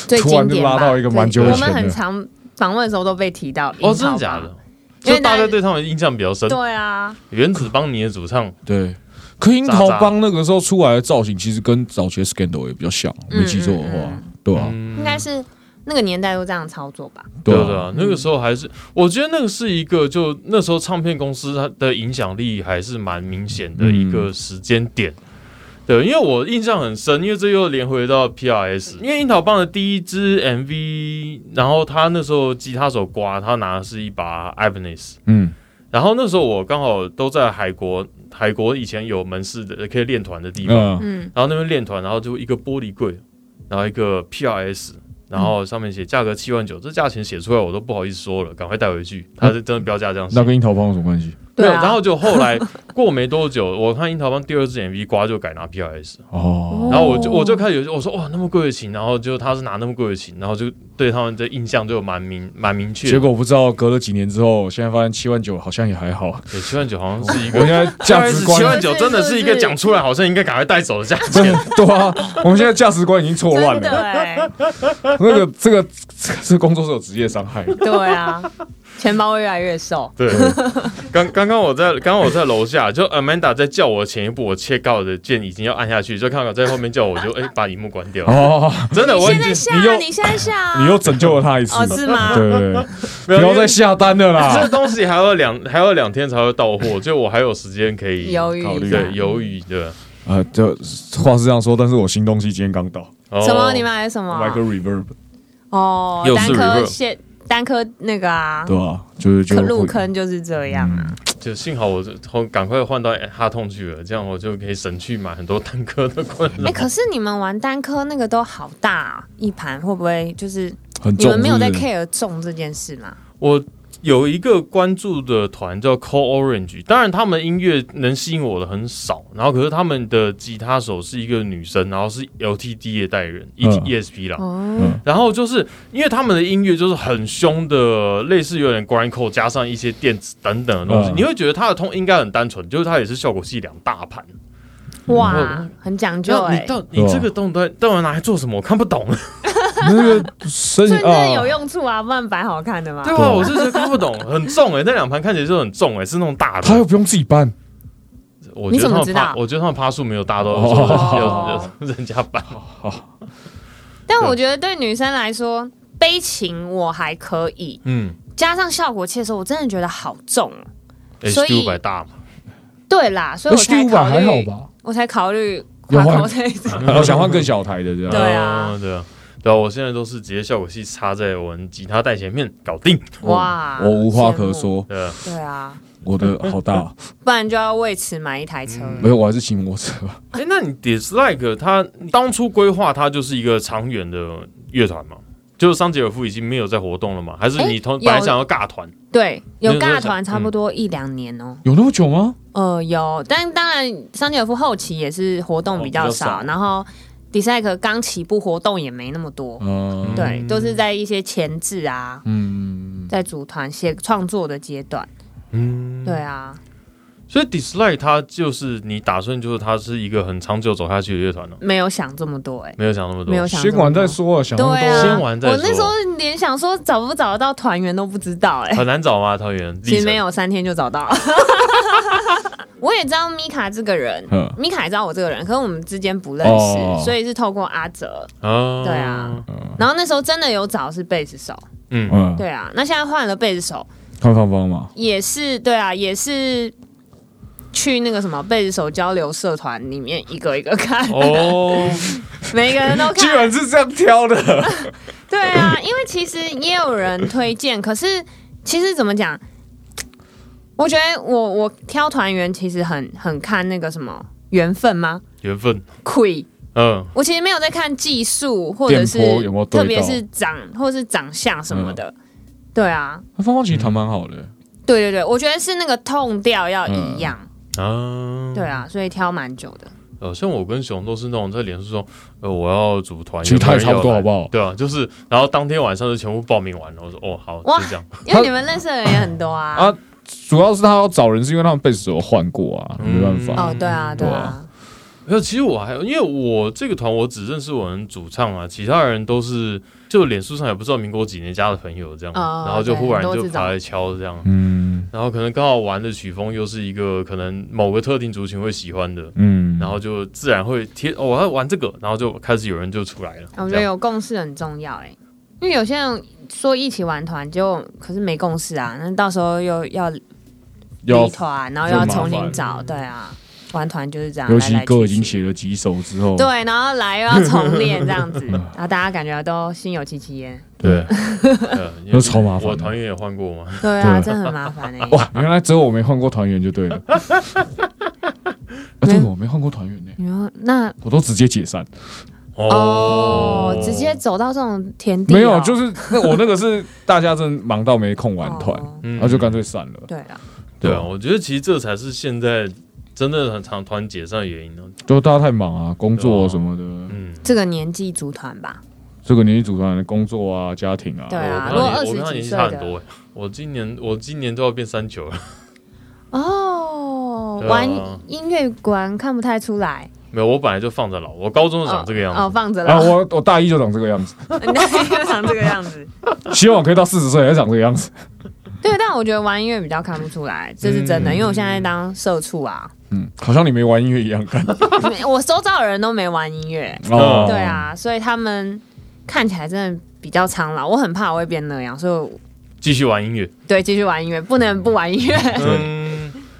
Speaker 4: 最
Speaker 3: 突然
Speaker 4: 经
Speaker 3: 就
Speaker 4: 典吧
Speaker 3: 拉到一个蛮久以
Speaker 4: 我
Speaker 3: 前
Speaker 4: 们很
Speaker 3: 的，
Speaker 4: 常访问的时候都被提到
Speaker 2: 哦，
Speaker 4: 樱
Speaker 2: 真
Speaker 4: 桃
Speaker 2: 的假
Speaker 4: 吧
Speaker 2: 的？
Speaker 4: 因
Speaker 2: 就
Speaker 4: 为
Speaker 2: 大家
Speaker 4: 那
Speaker 2: 对他们印象比较深。
Speaker 4: 对啊，
Speaker 2: 原子帮你的主唱，
Speaker 3: 对。可樱桃
Speaker 2: 渣渣
Speaker 3: 帮那个时候出来的造型，其实跟早期的 Scandal 也比较像，我没记错的
Speaker 4: 嗯嗯
Speaker 3: 话，对啊，
Speaker 4: 应该是那个年代都这样操作吧。
Speaker 2: 对
Speaker 3: 啊
Speaker 2: 对啊，那个时候还是，我觉得那个是一个，就那时候唱片公司它的影响力还是蛮明显的一个时间点。对，因为我印象很深，因为这又连回到 PRS，因为樱桃棒的第一支 MV，然后他那时候吉他手瓜，他拿的是一把 Ibanez，
Speaker 3: 嗯，
Speaker 2: 然后那时候我刚好都在海国，海国以前有门市的可以练团的地方，
Speaker 3: 嗯，
Speaker 4: 嗯，
Speaker 2: 然后那边练团，然后就一个玻璃柜，然后一个 PRS，然后上面写价格七万九，这价钱写出来我都不好意思说了，赶快带回去。他是真的标价这样写
Speaker 3: 嗯那。跟樱桃帮有什么关系？
Speaker 2: 哦没
Speaker 4: 对
Speaker 2: 有，
Speaker 4: 啊。
Speaker 2: 然后就后来过没多久，我看樱桃帮第二支 MV 瓜就改拿 PRS，
Speaker 3: 哦，
Speaker 2: 然后我就
Speaker 4: 哦
Speaker 2: 我就开始有我说哇那么贵的琴，然后就他是拿那么贵的琴，然后就对他们的印象就蛮明蛮明确的。
Speaker 3: 结果不知道隔了几年之后，现在发现七万九好像也还好。
Speaker 2: 七万九好像是一
Speaker 3: 我
Speaker 2: 个
Speaker 3: 们现 在价值
Speaker 2: 啊七
Speaker 3: 观
Speaker 2: 万九真的是一个讲出来好像应该赶快带走的价
Speaker 3: 真
Speaker 2: 钱
Speaker 3: 的。对啊，我们现在价值观已经错乱
Speaker 4: 真的
Speaker 3: 了。
Speaker 4: 哎、
Speaker 3: 那个这个这这工作是有职业伤害的。
Speaker 4: 对啊，钱包会越来越瘦。
Speaker 2: 对，刚刚刚我在刚刚我在楼下，就 Amanda 在叫我前一步，我切告的键已经要按下去，就看到在后面叫我，我就哎、把荧幕关掉。
Speaker 3: 哦，
Speaker 2: 真的，我已
Speaker 4: 现
Speaker 2: 经
Speaker 4: 在下
Speaker 3: 你又，
Speaker 4: 你现在下啊，
Speaker 3: 你又拯救了他一次
Speaker 4: 哦。是吗？
Speaker 3: 对对对，不
Speaker 2: 没有
Speaker 3: 要再啊
Speaker 2: 因为
Speaker 3: 下单了
Speaker 2: 这
Speaker 3: 啦。
Speaker 2: 东西还要两还要两天才会到货，就我还有时间可以
Speaker 4: 犹豫
Speaker 3: 考虑
Speaker 4: 一下
Speaker 2: 对，犹豫对。
Speaker 3: 呃，就话是这样说，但是我新东西今天刚到，
Speaker 2: 哦
Speaker 4: 什么？你买了什么
Speaker 3: 我买
Speaker 4: 啊
Speaker 3: 个？reverb，
Speaker 4: 哦
Speaker 2: 又，
Speaker 4: 单
Speaker 2: 是
Speaker 4: 颗
Speaker 2: reverb
Speaker 4: 线，单颗那个啊，
Speaker 3: 对吧？就是就
Speaker 4: 可
Speaker 3: 会
Speaker 4: 入坑就是这样啊。
Speaker 2: 就幸好我这赶快换到哈痛去了，这样我就可以省去买很多单颗的困
Speaker 4: 哎、
Speaker 2: 扰。
Speaker 4: 可是你们玩单颗那个都好大、啊，一盘会不会就是
Speaker 3: 嗯很
Speaker 4: 你
Speaker 3: 重。
Speaker 4: 们没有在
Speaker 3: 是不是
Speaker 4: care 重这件事吗？
Speaker 2: 我有一个关注的团叫 Call Orange，当然他们音乐能吸引我的很少，然后可是他们的吉他手是一个女生，然后是 LTD 的代言人、e
Speaker 3: 嗯
Speaker 2: ESP 啦。
Speaker 4: 哦，
Speaker 2: 然后就是因为他们的音乐就是很凶的，类似有点 grindcore 加上一些电子等等的东西，
Speaker 3: 嗯
Speaker 2: 你会觉得它的痛应该很单纯，就是它也是效果器两大盘。
Speaker 4: 哇，很讲究
Speaker 2: 那
Speaker 4: 哎、
Speaker 2: 你到你这个动端到底拿来做什么？我看不懂。
Speaker 3: 那个身
Speaker 4: 真的有
Speaker 3: 啊，
Speaker 4: 用处啊，不然摆好看的嘛。
Speaker 2: 哦对
Speaker 3: 对
Speaker 2: 啊， 我是觉得看不懂，很重哎、那两盘看起来就很重哎、是那种大的。
Speaker 3: 他又不用自己搬，
Speaker 2: 我觉得他
Speaker 4: 你怎么
Speaker 2: 们
Speaker 4: 知道
Speaker 2: 趴，我觉得他们趴数没有大到
Speaker 3: 哦
Speaker 2: 说
Speaker 4: 哦
Speaker 2: 要要人家搬。
Speaker 4: 但我觉得对女生来说，悲情我还可以，
Speaker 2: 嗯
Speaker 4: 加上效果器的时候，我真的觉得好重哦。
Speaker 2: ，H
Speaker 4: 所
Speaker 2: D 五
Speaker 4: 以
Speaker 2: 百大嘛，
Speaker 4: 对啦，所以我
Speaker 3: 那 T
Speaker 4: 才
Speaker 3: 五
Speaker 4: 考
Speaker 3: 百还好
Speaker 4: 虑，
Speaker 3: 吧？
Speaker 4: 我才考虑
Speaker 3: 有啊
Speaker 4: 跨
Speaker 3: 换
Speaker 4: 口这一支。
Speaker 3: 我想换更小台的这样。
Speaker 4: 对啊
Speaker 2: 嗯对啊，对啊，我现在都是直接效果器插在我们吉他带前面搞定。
Speaker 4: 哇，
Speaker 3: 我无话
Speaker 4: 羡
Speaker 3: 可
Speaker 4: 慕。
Speaker 3: 说，
Speaker 2: 对啊，
Speaker 4: 对啊，
Speaker 3: 我的好大 哦，
Speaker 4: 不然就要为此买一台车。
Speaker 2: 嗯
Speaker 3: 没有，我还是骑摩托车吧。
Speaker 2: 哎，那你 dislike 它当初规划它就是一个长远的乐团嘛？就是桑杰尔夫已经没有在活动了嘛？还是
Speaker 4: 诶
Speaker 2: 你同
Speaker 4: 有
Speaker 2: 本来想要尬团？
Speaker 4: 对，有
Speaker 2: 那个
Speaker 4: 尬
Speaker 2: 是嗯
Speaker 4: 团差不多一两年哦、
Speaker 3: 有那么久吗？
Speaker 4: 呃，有，但当然，桑杰尔夫后期也是活动比较
Speaker 2: 哦
Speaker 4: 少，
Speaker 2: 比较少
Speaker 4: 然后迪赛克刚起步，活动也没那么多。
Speaker 3: 嗯，
Speaker 4: 对，都是在一些前置啊，
Speaker 3: 嗯，
Speaker 4: 在组团写创作的阶段。
Speaker 2: 嗯，
Speaker 4: 对。啊，
Speaker 2: 所以 dislike 它就是你打算就是它是一个很长久走下去的乐团了，
Speaker 4: 没有想这么多哎、
Speaker 2: 没有想那么多。
Speaker 4: 没有想这
Speaker 3: 先
Speaker 4: 么
Speaker 3: 玩再
Speaker 4: 多。
Speaker 3: 说啊，想那
Speaker 4: 对
Speaker 3: 么多
Speaker 4: 啊，
Speaker 2: 先玩再说
Speaker 4: 我那时候连想说找不找得到团员都不知道哎、
Speaker 2: 很难找吗？桃园
Speaker 4: 其实没，有三天就找 到了。我也知道米卡这个人
Speaker 3: 嗯，
Speaker 4: 米卡也知道我这个人，可是我们之间不认识，
Speaker 3: 哦
Speaker 4: 所以是透过阿哲。
Speaker 2: 历程啊
Speaker 4: 对啊，
Speaker 3: 嗯
Speaker 4: 然后那时候真的有找是贝斯手，
Speaker 2: 嗯，
Speaker 3: 嗯，
Speaker 4: 对啊。那现在换了贝斯手，
Speaker 3: 看芳芳嘛，
Speaker 4: 也是对啊，也是去那个什么贝斯手交流社团里面一个一个看，
Speaker 2: 哦，
Speaker 4: 每个人都
Speaker 3: 居
Speaker 4: 看。
Speaker 3: 然是这样挑的，
Speaker 4: 对啊，因为其实也有人推荐，可是其实怎么讲？我觉得我我挑团员其实很很看那个什么缘分吗
Speaker 2: 缘分，
Speaker 4: ？Queen，
Speaker 2: 嗯，
Speaker 4: 我其实没有在看技术或者是
Speaker 3: 电波有没有对到嗯
Speaker 4: 特别是长或是长相什么的。对啊，
Speaker 3: 芳芳其实弹蛮好的，
Speaker 4: 对对对，我觉得是那个痛调要一样，
Speaker 3: 嗯
Speaker 2: 啊，
Speaker 4: 对，啊，所以挑蛮久 的。
Speaker 2: 呃，像我跟熊都是那种在脸书上，呃，我要组团，
Speaker 3: 其实他也差不多
Speaker 2: 有没有人要来
Speaker 3: 好不好
Speaker 2: 对啊，就是，然后当天晚上就全部报名完了，我说哦好，
Speaker 4: 哇
Speaker 2: 就这样，
Speaker 4: 因为你们认识的人也很多
Speaker 3: 啊
Speaker 4: 啊。
Speaker 3: 主要是他要找人，是因为他们贝斯手换过啊，
Speaker 2: 嗯
Speaker 3: 没办法。
Speaker 4: 哦哦，对啊，对啊，
Speaker 2: 没有，其实我还因为我这个团我只认识我们主唱啊，其他人都是就脸书上也不知道民国几年加的朋友这样，
Speaker 4: 哦
Speaker 2: 然后就
Speaker 4: 对
Speaker 2: 忽然
Speaker 4: 都
Speaker 2: 就是
Speaker 4: 这
Speaker 2: 跑
Speaker 4: 种
Speaker 2: 来敲这样，
Speaker 3: 嗯
Speaker 2: 然后可能刚好玩的曲风又是一个可能某个特定族群会喜欢的，
Speaker 3: 嗯，
Speaker 2: 然后就自然会贴哦，我要玩这个，然后就开始有人就出来了，
Speaker 4: 我觉
Speaker 2: 这
Speaker 4: 得
Speaker 2: 样
Speaker 4: 哦有共识很重要哎、因为有些人说一起玩团，结果可是没共识啊，那到时候又要
Speaker 3: 要
Speaker 4: 离团，然后
Speaker 3: 就
Speaker 4: 又要
Speaker 3: 麻
Speaker 4: 重新
Speaker 3: 烦
Speaker 4: 找，对啊，玩团就是这样，
Speaker 3: 尤其
Speaker 4: 来来去
Speaker 3: 歌已经
Speaker 4: 去
Speaker 3: 写了几首之后，
Speaker 4: 对，然后来又要重练 这样子，然后大家感觉都心有戚戚焉。
Speaker 2: 对，呃因为
Speaker 3: 都嗯超麻烦的
Speaker 2: 我团员也换过嘛，
Speaker 4: 对啊，
Speaker 3: 对啊
Speaker 4: 真的很麻烦哎、
Speaker 3: 哇，原来只有我没换过团员就对 了。啊，对，我没换过团员呢，
Speaker 4: 你说那
Speaker 3: 我都直接解散。
Speaker 4: 哦，直接走到这种田地哦、
Speaker 3: 没有，就是 那我那个是大家真忙到没空玩团，
Speaker 4: 哦
Speaker 2: 嗯
Speaker 3: 然后就干脆散了。
Speaker 4: 对了，
Speaker 2: 对啊，我觉得其实这才是现在真的很常团解散的原因呢，
Speaker 3: 就大家太忙啊，工
Speaker 2: 对啊
Speaker 3: 作什么的，
Speaker 2: 嗯。
Speaker 4: 这个年纪组团吧，
Speaker 3: 这个年纪组团的工作啊、家庭啊，
Speaker 4: 对啊
Speaker 2: 我
Speaker 4: 如
Speaker 2: 跟他
Speaker 4: 果
Speaker 2: 年
Speaker 4: 20
Speaker 2: 我跟他
Speaker 4: 几
Speaker 2: 年纪
Speaker 4: 岁
Speaker 2: 差
Speaker 4: 的
Speaker 2: 很多欸我今年我今年都要变三九了，
Speaker 4: 哦，
Speaker 2: 对啊
Speaker 4: 玩音乐馆看不太出来，
Speaker 2: 没有，我本来就放着老，我高中就长这个样
Speaker 4: 哦，哦
Speaker 2: 子，
Speaker 4: 放着
Speaker 3: 啊，
Speaker 4: 了，
Speaker 3: 我我大一就长这个样 子，
Speaker 4: 你就长这个样子。
Speaker 3: 希望我可以到四十岁还长这个样子。
Speaker 4: 对，但我觉得玩音乐比较看不出来，这是真的，
Speaker 2: 嗯
Speaker 4: 因为我现在当社畜啊，
Speaker 3: 嗯，好像你没玩音乐一样干。
Speaker 4: 没我周遭的人都没玩音乐，
Speaker 3: 哦
Speaker 4: 对，啊，所以他们看起来真的比较苍老。我很怕我会变那样，所以我
Speaker 2: 继续玩音乐。
Speaker 4: 对继续玩音乐，不能不玩音乐。
Speaker 2: 嗯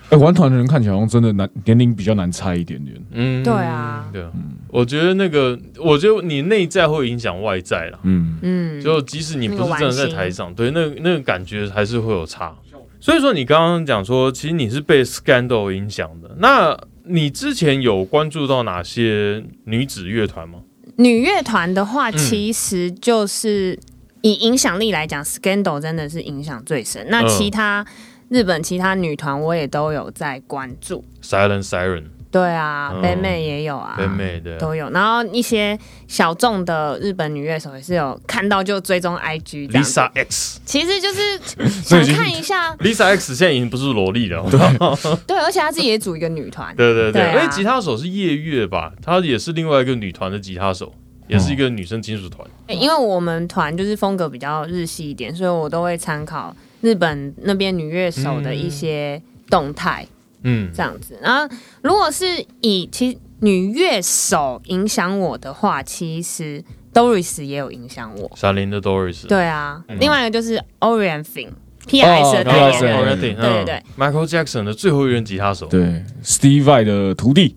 Speaker 3: 哎，玩团的人看起来好像真的难，年龄比较难猜一点点。
Speaker 2: 嗯
Speaker 4: 对啊
Speaker 2: 对，我觉得那个，我觉得你内在会影响外在啦。
Speaker 3: 嗯，
Speaker 4: 嗯，
Speaker 2: 就即使你不是真的在台上，对，那那个感觉还是会有差。所以说，你刚刚讲说，其实你是被 Scandal 影响的。那你之前有关注到哪些女子乐团吗？
Speaker 4: 女乐团的话，
Speaker 2: 嗯
Speaker 4: 其实就是以影响力来讲，Scandal 真的是影响最深。那
Speaker 2: 嗯
Speaker 4: 其他、日本其他女团，我也都有在关注。
Speaker 2: Silent Siren、
Speaker 4: 对啊，
Speaker 2: 嗯
Speaker 4: 北美也有啊，
Speaker 2: 北美的，
Speaker 4: 都有。然后一些小众的日本女乐手也是有看到就追踪 IG 这样子
Speaker 2: Lisa X。
Speaker 4: 其实就是
Speaker 3: 这
Speaker 4: 想
Speaker 3: 已经
Speaker 4: 看一下，
Speaker 2: Lisa X 现在已经不是萝莉了，
Speaker 4: 对，而且她自己也组一个女团，
Speaker 2: 对对
Speaker 4: 对
Speaker 2: 对，
Speaker 4: 啊
Speaker 2: 而且吉他手是夜月吧，她也是另外一个女团的吉他手，也是一个女生金属团。
Speaker 4: 欸因为我们团就是风格比较日系一点，所以我都会参考日本那边女乐手的一些动态
Speaker 2: 嗯
Speaker 4: 这样子。然后如果是以其实女乐手影响我的话，其实 Doris 也有影响我。
Speaker 2: 闪灵的 Doris，
Speaker 4: 对啊，
Speaker 2: 嗯哦
Speaker 4: 另外一个就是 Orient Thing PIS 的
Speaker 2: 然
Speaker 4: 代
Speaker 2: 后
Speaker 4: 言
Speaker 2: 是
Speaker 3: 对
Speaker 4: 人，
Speaker 2: Orient
Speaker 3: 对
Speaker 2: Thing，
Speaker 4: 对
Speaker 2: 嗯
Speaker 4: 对
Speaker 2: ，Michael Jackson 的最后一任吉他手，
Speaker 3: 对，Steve Vai 的徒弟，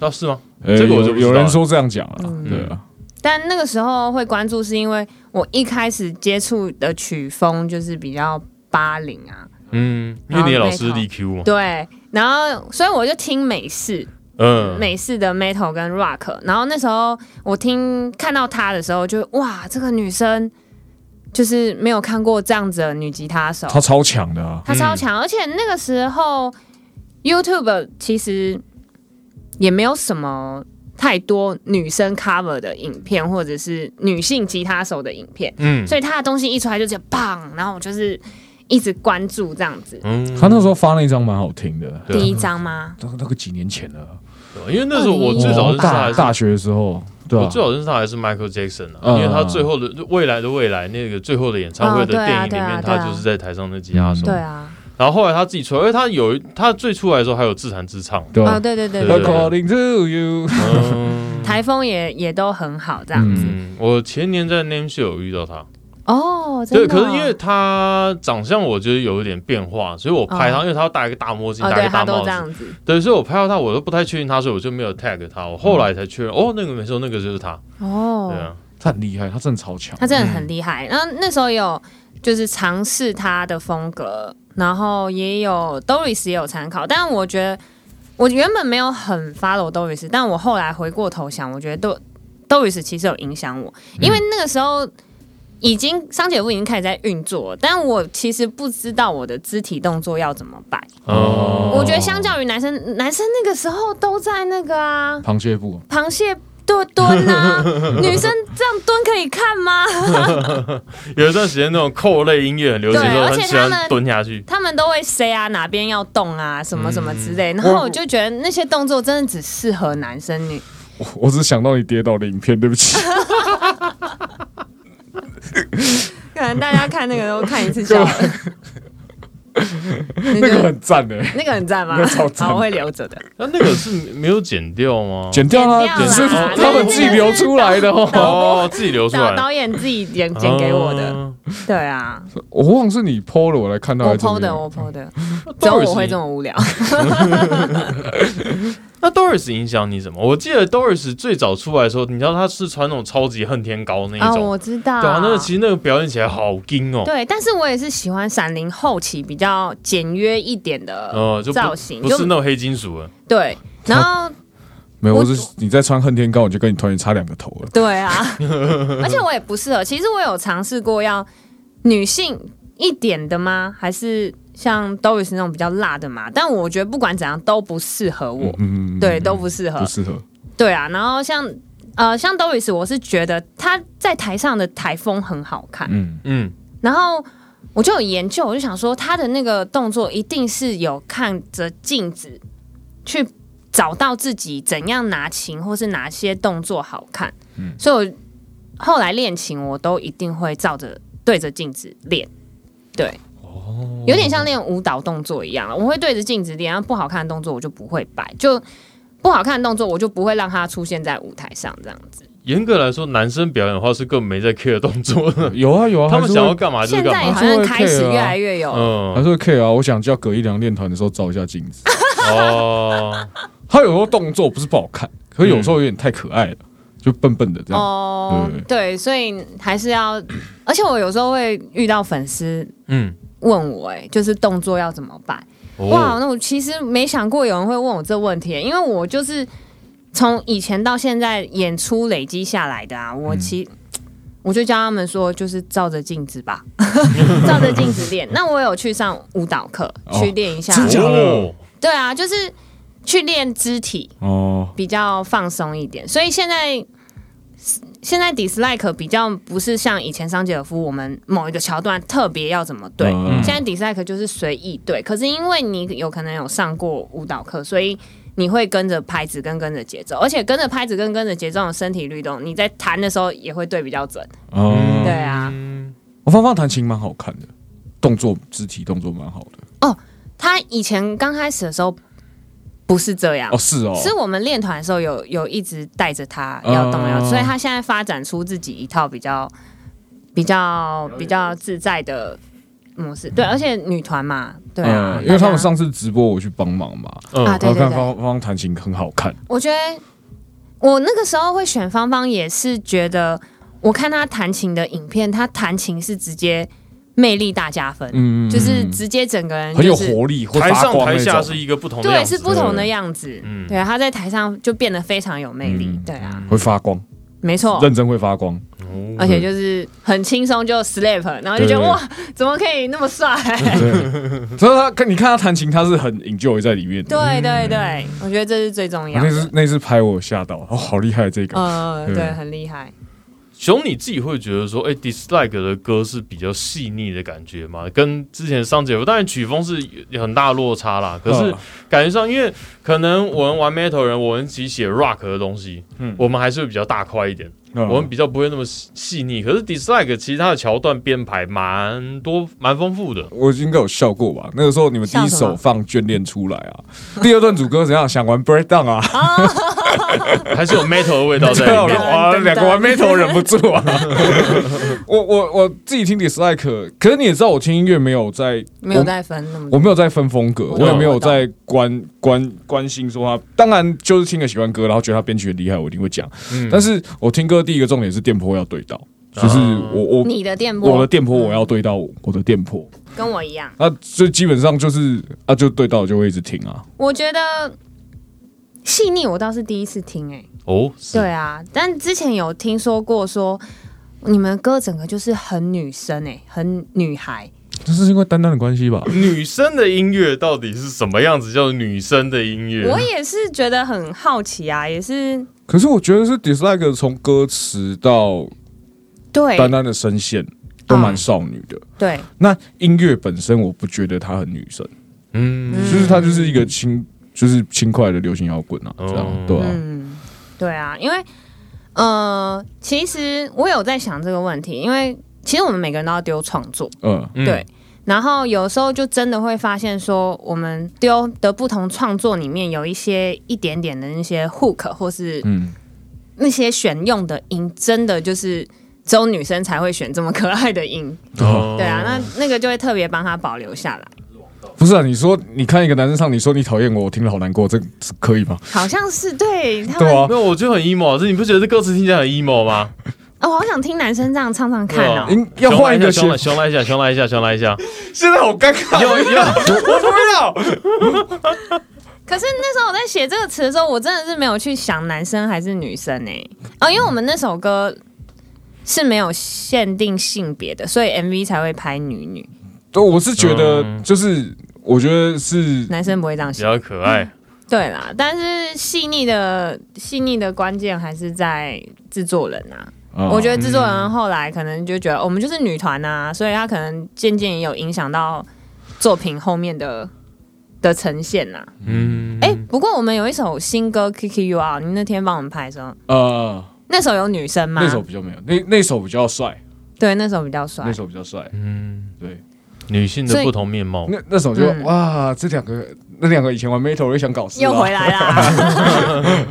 Speaker 2: 啊是吗？
Speaker 3: 呃
Speaker 2: 这个我就
Speaker 3: 有
Speaker 2: 不知道
Speaker 3: 有
Speaker 2: 了
Speaker 3: 人说这样讲啊，
Speaker 4: 嗯
Speaker 3: 对啊，
Speaker 4: 但那个时候会关注，是因为我一开始接触的曲风就是比较八零啊，
Speaker 2: 嗯，因为你的老师
Speaker 4: 然后
Speaker 2: DQ 嘛，
Speaker 4: 对，然后所以我就听美式，
Speaker 2: 嗯，
Speaker 4: 美式的 metal 跟 rock，然后那时候我听看到她的时候就，哇，这个女生就是没有看过这样子的女吉他手，
Speaker 3: 他超强的啊，
Speaker 4: 她超强，而且那个时候 YouTube 其实也没有什么太多女生 cover 的影片，或者是女性吉他手的影片，
Speaker 2: 嗯
Speaker 4: 所以她的东西一出来就直接棒，然后我就是一直关注这样子。
Speaker 2: 嗯，
Speaker 3: 他那时候发那张蛮好听的，
Speaker 2: 对啊
Speaker 4: 第一张吗？
Speaker 3: 那那个几年前了，啊
Speaker 2: 对因为那时候我最早
Speaker 3: 我
Speaker 2: 认识他
Speaker 3: 哦大
Speaker 2: 还是
Speaker 3: 大学的时候，对
Speaker 2: 我
Speaker 3: 啊，
Speaker 2: 最早认识他还是 Michael Jackson 啊，
Speaker 3: 嗯
Speaker 2: 因为他最后的未来的未来那个最后的演唱会的
Speaker 4: 哦对
Speaker 2: 电影
Speaker 4: 啊
Speaker 2: 里
Speaker 4: 对啊
Speaker 2: 面，
Speaker 4: 对啊
Speaker 2: 他就是在台上的吉他手
Speaker 3: 嗯，
Speaker 4: 对啊，
Speaker 2: 然后后来他自己出来，因为他有一他最出来的时候还有自弹自唱，
Speaker 3: 对
Speaker 4: 啊、
Speaker 3: 啊
Speaker 4: 对对对
Speaker 2: 对
Speaker 4: 对
Speaker 2: 对对
Speaker 3: ，According to you，
Speaker 2: 嗯。
Speaker 4: 台风也也都很好这样子。
Speaker 2: 嗯， 我前年在 Name Show 有遇到他，
Speaker 4: 哦，真
Speaker 2: 对，
Speaker 4: 的
Speaker 2: 可是因为他长相我觉得有一点变化，所以我拍他，因为他要戴一个大墨镜，
Speaker 4: 哦，
Speaker 2: 戴一
Speaker 4: 对
Speaker 2: 个
Speaker 4: 他
Speaker 2: 大
Speaker 4: 都
Speaker 2: 帽
Speaker 4: 这样
Speaker 2: 子，
Speaker 4: 子，
Speaker 2: 对，所以我拍到他，我都不太确定他，所以我就没有 tag 他，我后来才确认，哦，那个没错，那个就是他，对
Speaker 4: 哦，
Speaker 2: 啊，
Speaker 3: 他很厉害，他真的超强，
Speaker 4: 他真的很厉害。然后那时候也有就是尝试他的风格，然后也有 Doris 也有参考，但我觉得我原本没有很 follow Doris，但我后来回过头想，我觉得都 Doris 其实有影响我，因为那个时候。已经商姐夫已经开始在运作了，但我其实不知道我的肢体动作要怎么摆。
Speaker 2: 哦，
Speaker 4: 我觉得相较于男生，男生那个时候都在那个啊，
Speaker 3: 螃蟹步
Speaker 4: 螃蟹多蹲啊，女生这样蹲可以看吗？
Speaker 2: 有一段时间那种扣类音乐很流行，
Speaker 4: 对
Speaker 2: 说
Speaker 4: 而
Speaker 2: 很
Speaker 4: 且
Speaker 2: 喜
Speaker 4: 他
Speaker 2: 欢
Speaker 4: 们
Speaker 2: 蹲下去。
Speaker 4: 他们都会 say 啊，哪边要动啊，什么什么之类。然后
Speaker 3: 我
Speaker 4: 我就觉得那些动作真的只适合男生女。
Speaker 3: 我 我只想到你跌倒的影片，对不 起。
Speaker 4: 可能大家看那个都看一次 笑了。那
Speaker 3: 那个很赞的、
Speaker 4: 那个很赞吗
Speaker 3: 那个超？赞
Speaker 4: 好，我会留着的。
Speaker 2: 那那个是没有剪掉 吗？
Speaker 3: 剪掉啦，
Speaker 4: 剪掉
Speaker 3: 只
Speaker 4: 啦
Speaker 3: 是他们自己流出来的哦。
Speaker 2: 哦，自己留出
Speaker 4: 导
Speaker 2: 来，
Speaker 4: 导演自己剪剪给我的，
Speaker 2: 哦。
Speaker 4: 对啊，
Speaker 3: 我忘了是你 PO 的，我来看到
Speaker 4: 我
Speaker 3: 还是怎么
Speaker 4: PO 的，
Speaker 3: 样
Speaker 4: 我 PO 的，只有
Speaker 2: Doris，
Speaker 4: 我会这么无聊。
Speaker 2: 那 Doris 影响你什么？我记得 Doris 最早出来的时候，你知道她是穿那种超级恨天高那
Speaker 4: 啊，
Speaker 2: 一种，
Speaker 4: 我知道。
Speaker 2: 对啊，那个其实那个表演起来好硬哦，
Speaker 4: 对，但是我也是喜欢闪灵后期比较简约一点的
Speaker 2: 呃，就不
Speaker 4: 造型，
Speaker 2: 不是那种黑金属了。
Speaker 4: 对，然后
Speaker 3: 没有，
Speaker 4: 我
Speaker 3: 我是你在穿恨天高，我就跟你团员差两个头了。
Speaker 4: 对啊， 而且我也不适合。其实我有尝试过要女性一点的吗？还是像 Doris 那种比较辣的嘛？但我觉得不管怎样都不适合我，
Speaker 3: 嗯，
Speaker 4: 对，都不适合
Speaker 3: 不。适合。
Speaker 4: 对啊，然后像呃像 Doris，我是觉得她在台上的台风很好看，
Speaker 3: 嗯，
Speaker 2: 嗯，
Speaker 4: 然后我就有研究，我就想说她的那个动作一定是有看着镜子去找到自己怎样拿琴，或是哪些动作好看。
Speaker 2: 嗯
Speaker 4: 所以我后来练琴，我都一定会照着对着镜子练。对，
Speaker 2: 哦
Speaker 4: 有点像练舞蹈动作一样，我会对着镜子练，啊然后不好看的动作我就不会摆，就不好看的动作我就不会让它出现在舞台上这样子。
Speaker 2: 严格来说，男生表演的话是更没在 care 动作的，
Speaker 3: 有啊有啊，
Speaker 2: 他们想要
Speaker 3: 还是会
Speaker 2: 干嘛就是
Speaker 4: 嗯
Speaker 2: 干
Speaker 4: 现在
Speaker 2: 嘛。
Speaker 4: 好像开始越来越有，
Speaker 3: 还
Speaker 2: 嗯，
Speaker 3: 是会 care 啊。我想叫葛一良练团的时候照一下镜子，
Speaker 2: 哦，
Speaker 3: 他有时候动作不是不好看，可是有时候有点太可爱了，就笨笨的这样。
Speaker 4: 哦
Speaker 3: 对，
Speaker 4: 对，所以还是要， 而且我有时候会遇到粉丝
Speaker 2: 嗯，
Speaker 4: 问我、哎，就是动作要怎么办？哇，
Speaker 2: 哦，
Speaker 4: 那我其实没想过有人会问我这问题，欸因为我就是从以前到现在演出累积下来的啊，
Speaker 3: 嗯
Speaker 4: 我其。我就教他们说，就是照着镜子吧， 照着镜子练。那我有去上舞蹈课，
Speaker 3: 哦
Speaker 4: 去练一下。
Speaker 3: 真假的
Speaker 2: 哦
Speaker 4: 对啊，就是去练肢体，
Speaker 3: 哦，
Speaker 4: 比较放松一点，所以现在现在 dislike 比较不是像以前桑杰尔夫我们某一个桥段特别要怎么对，
Speaker 3: 嗯
Speaker 4: 现在 dislike 就是随意对。可是因为你有可能有上过舞蹈课，所以你会跟着拍子跟跟着节奏，而且跟着拍子跟跟着节奏的身体律动，你在弹的时候也会对比较准。
Speaker 3: 哦，
Speaker 4: 对啊，
Speaker 3: 我芳芳弹琴蛮好看的，动作肢体动作蛮好的。
Speaker 4: 他以前刚开始的时候不是这样
Speaker 3: 哦，，是哦，
Speaker 4: 啊是我们练团的时候有有一直带着他要动要动，
Speaker 3: 哦
Speaker 4: 所以他现在发展出自己一套比较比较比较自在的模式。对，而且女团嘛，对啊，
Speaker 3: 嗯因为他
Speaker 4: 大家
Speaker 3: 们上次直播我去帮忙嘛，
Speaker 4: 啊，
Speaker 2: 嗯，
Speaker 4: 对
Speaker 3: 然后
Speaker 4: 对
Speaker 3: 看
Speaker 4: 对，
Speaker 3: 芳芳弹琴很好看，
Speaker 4: 我觉得我那个时候会选芳芳，也是觉得我看她弹琴的影片，她弹琴是直接魅力大加分，
Speaker 3: 嗯，
Speaker 4: 就是直接整个人
Speaker 3: 很有
Speaker 4: 就是。
Speaker 3: 活力，会
Speaker 2: 台
Speaker 3: 发
Speaker 2: 上
Speaker 3: 光
Speaker 2: 台下
Speaker 3: 那
Speaker 2: 是
Speaker 3: 种，
Speaker 2: 一个不同的
Speaker 4: 对，
Speaker 2: 样
Speaker 4: 是
Speaker 2: 子，
Speaker 4: 不同的样子。
Speaker 2: 嗯
Speaker 4: 对啊，她在台上就变得非常有魅力。
Speaker 3: 嗯
Speaker 4: 对啊，
Speaker 3: 会发光，
Speaker 4: 没错。
Speaker 3: 认真会发光。
Speaker 2: 哦
Speaker 4: 而且就是很轻松就 slap，然后就觉
Speaker 3: 嗯
Speaker 4: 得
Speaker 3: 对
Speaker 4: 哇，怎么可以那 么帅？
Speaker 3: 对，所以他看你看他弹琴，他是很 enjoy 在里面的。
Speaker 4: 对对对，我觉得这是最重要
Speaker 3: 那次
Speaker 4: 的。
Speaker 3: 那次拍我吓到，哦，好厉害这个。
Speaker 4: 呃，
Speaker 3: 对
Speaker 4: 对，很厉害。
Speaker 2: 熊，你自己会觉得说，哎、d i s l i k e 的歌是比较细腻的感觉吗？跟之前上节目，当然曲风是有很大落差啦。可是
Speaker 3: 嗯
Speaker 2: 感觉上，因为可能我们玩 metal 人，我们其实写 rock 的东西，
Speaker 3: 嗯
Speaker 2: 我们还是会比较大块一点，
Speaker 3: 嗯
Speaker 2: 我们比较不会那么细细腻。可是 dislike 其实它的桥段编排蛮多、蛮丰富的。
Speaker 3: 我应该有笑过吧？那个时候你们第一
Speaker 4: 笑什么
Speaker 3: 首放眷恋出来啊，第二段主歌怎样？想玩 breakdown 啊？
Speaker 2: 还是有 metal 的味道在
Speaker 3: 对啊，
Speaker 2: 里
Speaker 3: 我
Speaker 2: 面。
Speaker 3: 哇，两个玩 metal 忍不住啊！ 我我我自己听 dislike，可是你也知道，我听音乐没有在，
Speaker 4: 没有
Speaker 3: 我
Speaker 4: 再分那么
Speaker 3: 我
Speaker 4: 多。
Speaker 3: 没有在分风格，
Speaker 4: 我
Speaker 3: 我
Speaker 2: 懂
Speaker 3: 也没有
Speaker 4: 我懂
Speaker 3: 在关关关心说他，当然就是听个喜欢歌，然后觉得他编曲很厉害，我一定会讲。
Speaker 2: 嗯
Speaker 3: 但是我听歌第一个重点是电波要对到，就是
Speaker 2: 啊
Speaker 3: 我我
Speaker 4: 你的电
Speaker 3: 我
Speaker 4: 波
Speaker 3: 的电波我要对到我的电波，
Speaker 4: 跟我一样，
Speaker 3: 那最啊基本上就是啊，就对到就会一直听啊。
Speaker 4: 我觉得细腻我倒是第一次听哎。
Speaker 2: 哦，是
Speaker 4: 对啊，但之前有欸听说过说你们歌整个就是很女生哎，很女孩，
Speaker 3: 这是因为丹丹的关系吧？
Speaker 2: 女生的音乐到底是什么样子？叫女生的音乐？
Speaker 4: 我也是觉得很好奇啊，也是
Speaker 3: 可是我觉得是 dislike 从歌词到
Speaker 4: 对
Speaker 3: 丹丹的声线都蛮少女的。
Speaker 4: 对，
Speaker 3: 那音乐本身，我不觉得她很女生，
Speaker 2: 嗯，
Speaker 3: 就是她就是一个轻，就是轻快的流行摇滚啊，这
Speaker 2: 哦
Speaker 3: 样对啊，
Speaker 4: 嗯，对啊，因为呃，其实我有在想这个问题，因为其实我们每个人都要丢创作，
Speaker 3: 嗯，
Speaker 2: 嗯
Speaker 4: 对，然后有时候就真的会发现说，我们丢的不同创作里面有一些一点点的那些 hook 或是
Speaker 3: 嗯，
Speaker 4: 那些选用的音，真的就是只有女生才会选这么可爱的音，
Speaker 2: 哦
Speaker 4: 对啊，那那个就会特别帮她保留下来，
Speaker 3: 不是啊，你说你看一个男生唱，你说你讨厌我，我听了好难过，这这可以吗？
Speaker 4: 好像是对他
Speaker 3: 对
Speaker 4: 们，
Speaker 3: 啊，
Speaker 2: 没有，我就很 emo，是你不觉得这歌词听起来很 emo 吗？
Speaker 4: 哦，我好想听男生这样唱唱看哦，
Speaker 3: 应要换一个
Speaker 2: 熊
Speaker 3: 写
Speaker 2: 来，熊来一下，熊来一下，熊来一下，
Speaker 3: 现在好尴尬，
Speaker 2: 有有，
Speaker 3: 我不知道，
Speaker 4: 可是那时候我在写这个词的时候，我真的是没有去想男生还是女生呢、哦，因为我们那首歌是没有限定性别的，所以 MV 才会拍女女，
Speaker 3: 对，我是觉得
Speaker 2: 嗯
Speaker 3: 就是，我觉得是
Speaker 4: 男生不会这样
Speaker 2: 比
Speaker 4: 写。
Speaker 2: 较可爱。
Speaker 4: 对啦，但是细腻的细腻的关键还是在制作人啊。
Speaker 3: 啊
Speaker 4: 我觉得制作人后来可能就觉得、哦我们就是女团啊，所以他可能渐渐也有影响到作品后面的的呈现呐、啊。
Speaker 2: 嗯，
Speaker 4: 哎、不过我们有一首新歌《Kiki You Out》，你那天帮我们拍的时候，
Speaker 3: 呃，
Speaker 4: 那首有女生吗？
Speaker 3: 那首比较没有，那那首比较帅，
Speaker 4: 对，那首比较帅
Speaker 3: 那。首比较帅，
Speaker 2: 嗯，
Speaker 3: 对，
Speaker 2: 女性
Speaker 4: 所
Speaker 2: 的
Speaker 4: 以
Speaker 2: 不同面貌，
Speaker 3: 那那首就
Speaker 4: 嗯
Speaker 3: 哇，这两个那两个以前玩 metal 又想搞事啊，
Speaker 4: 又回来 啦！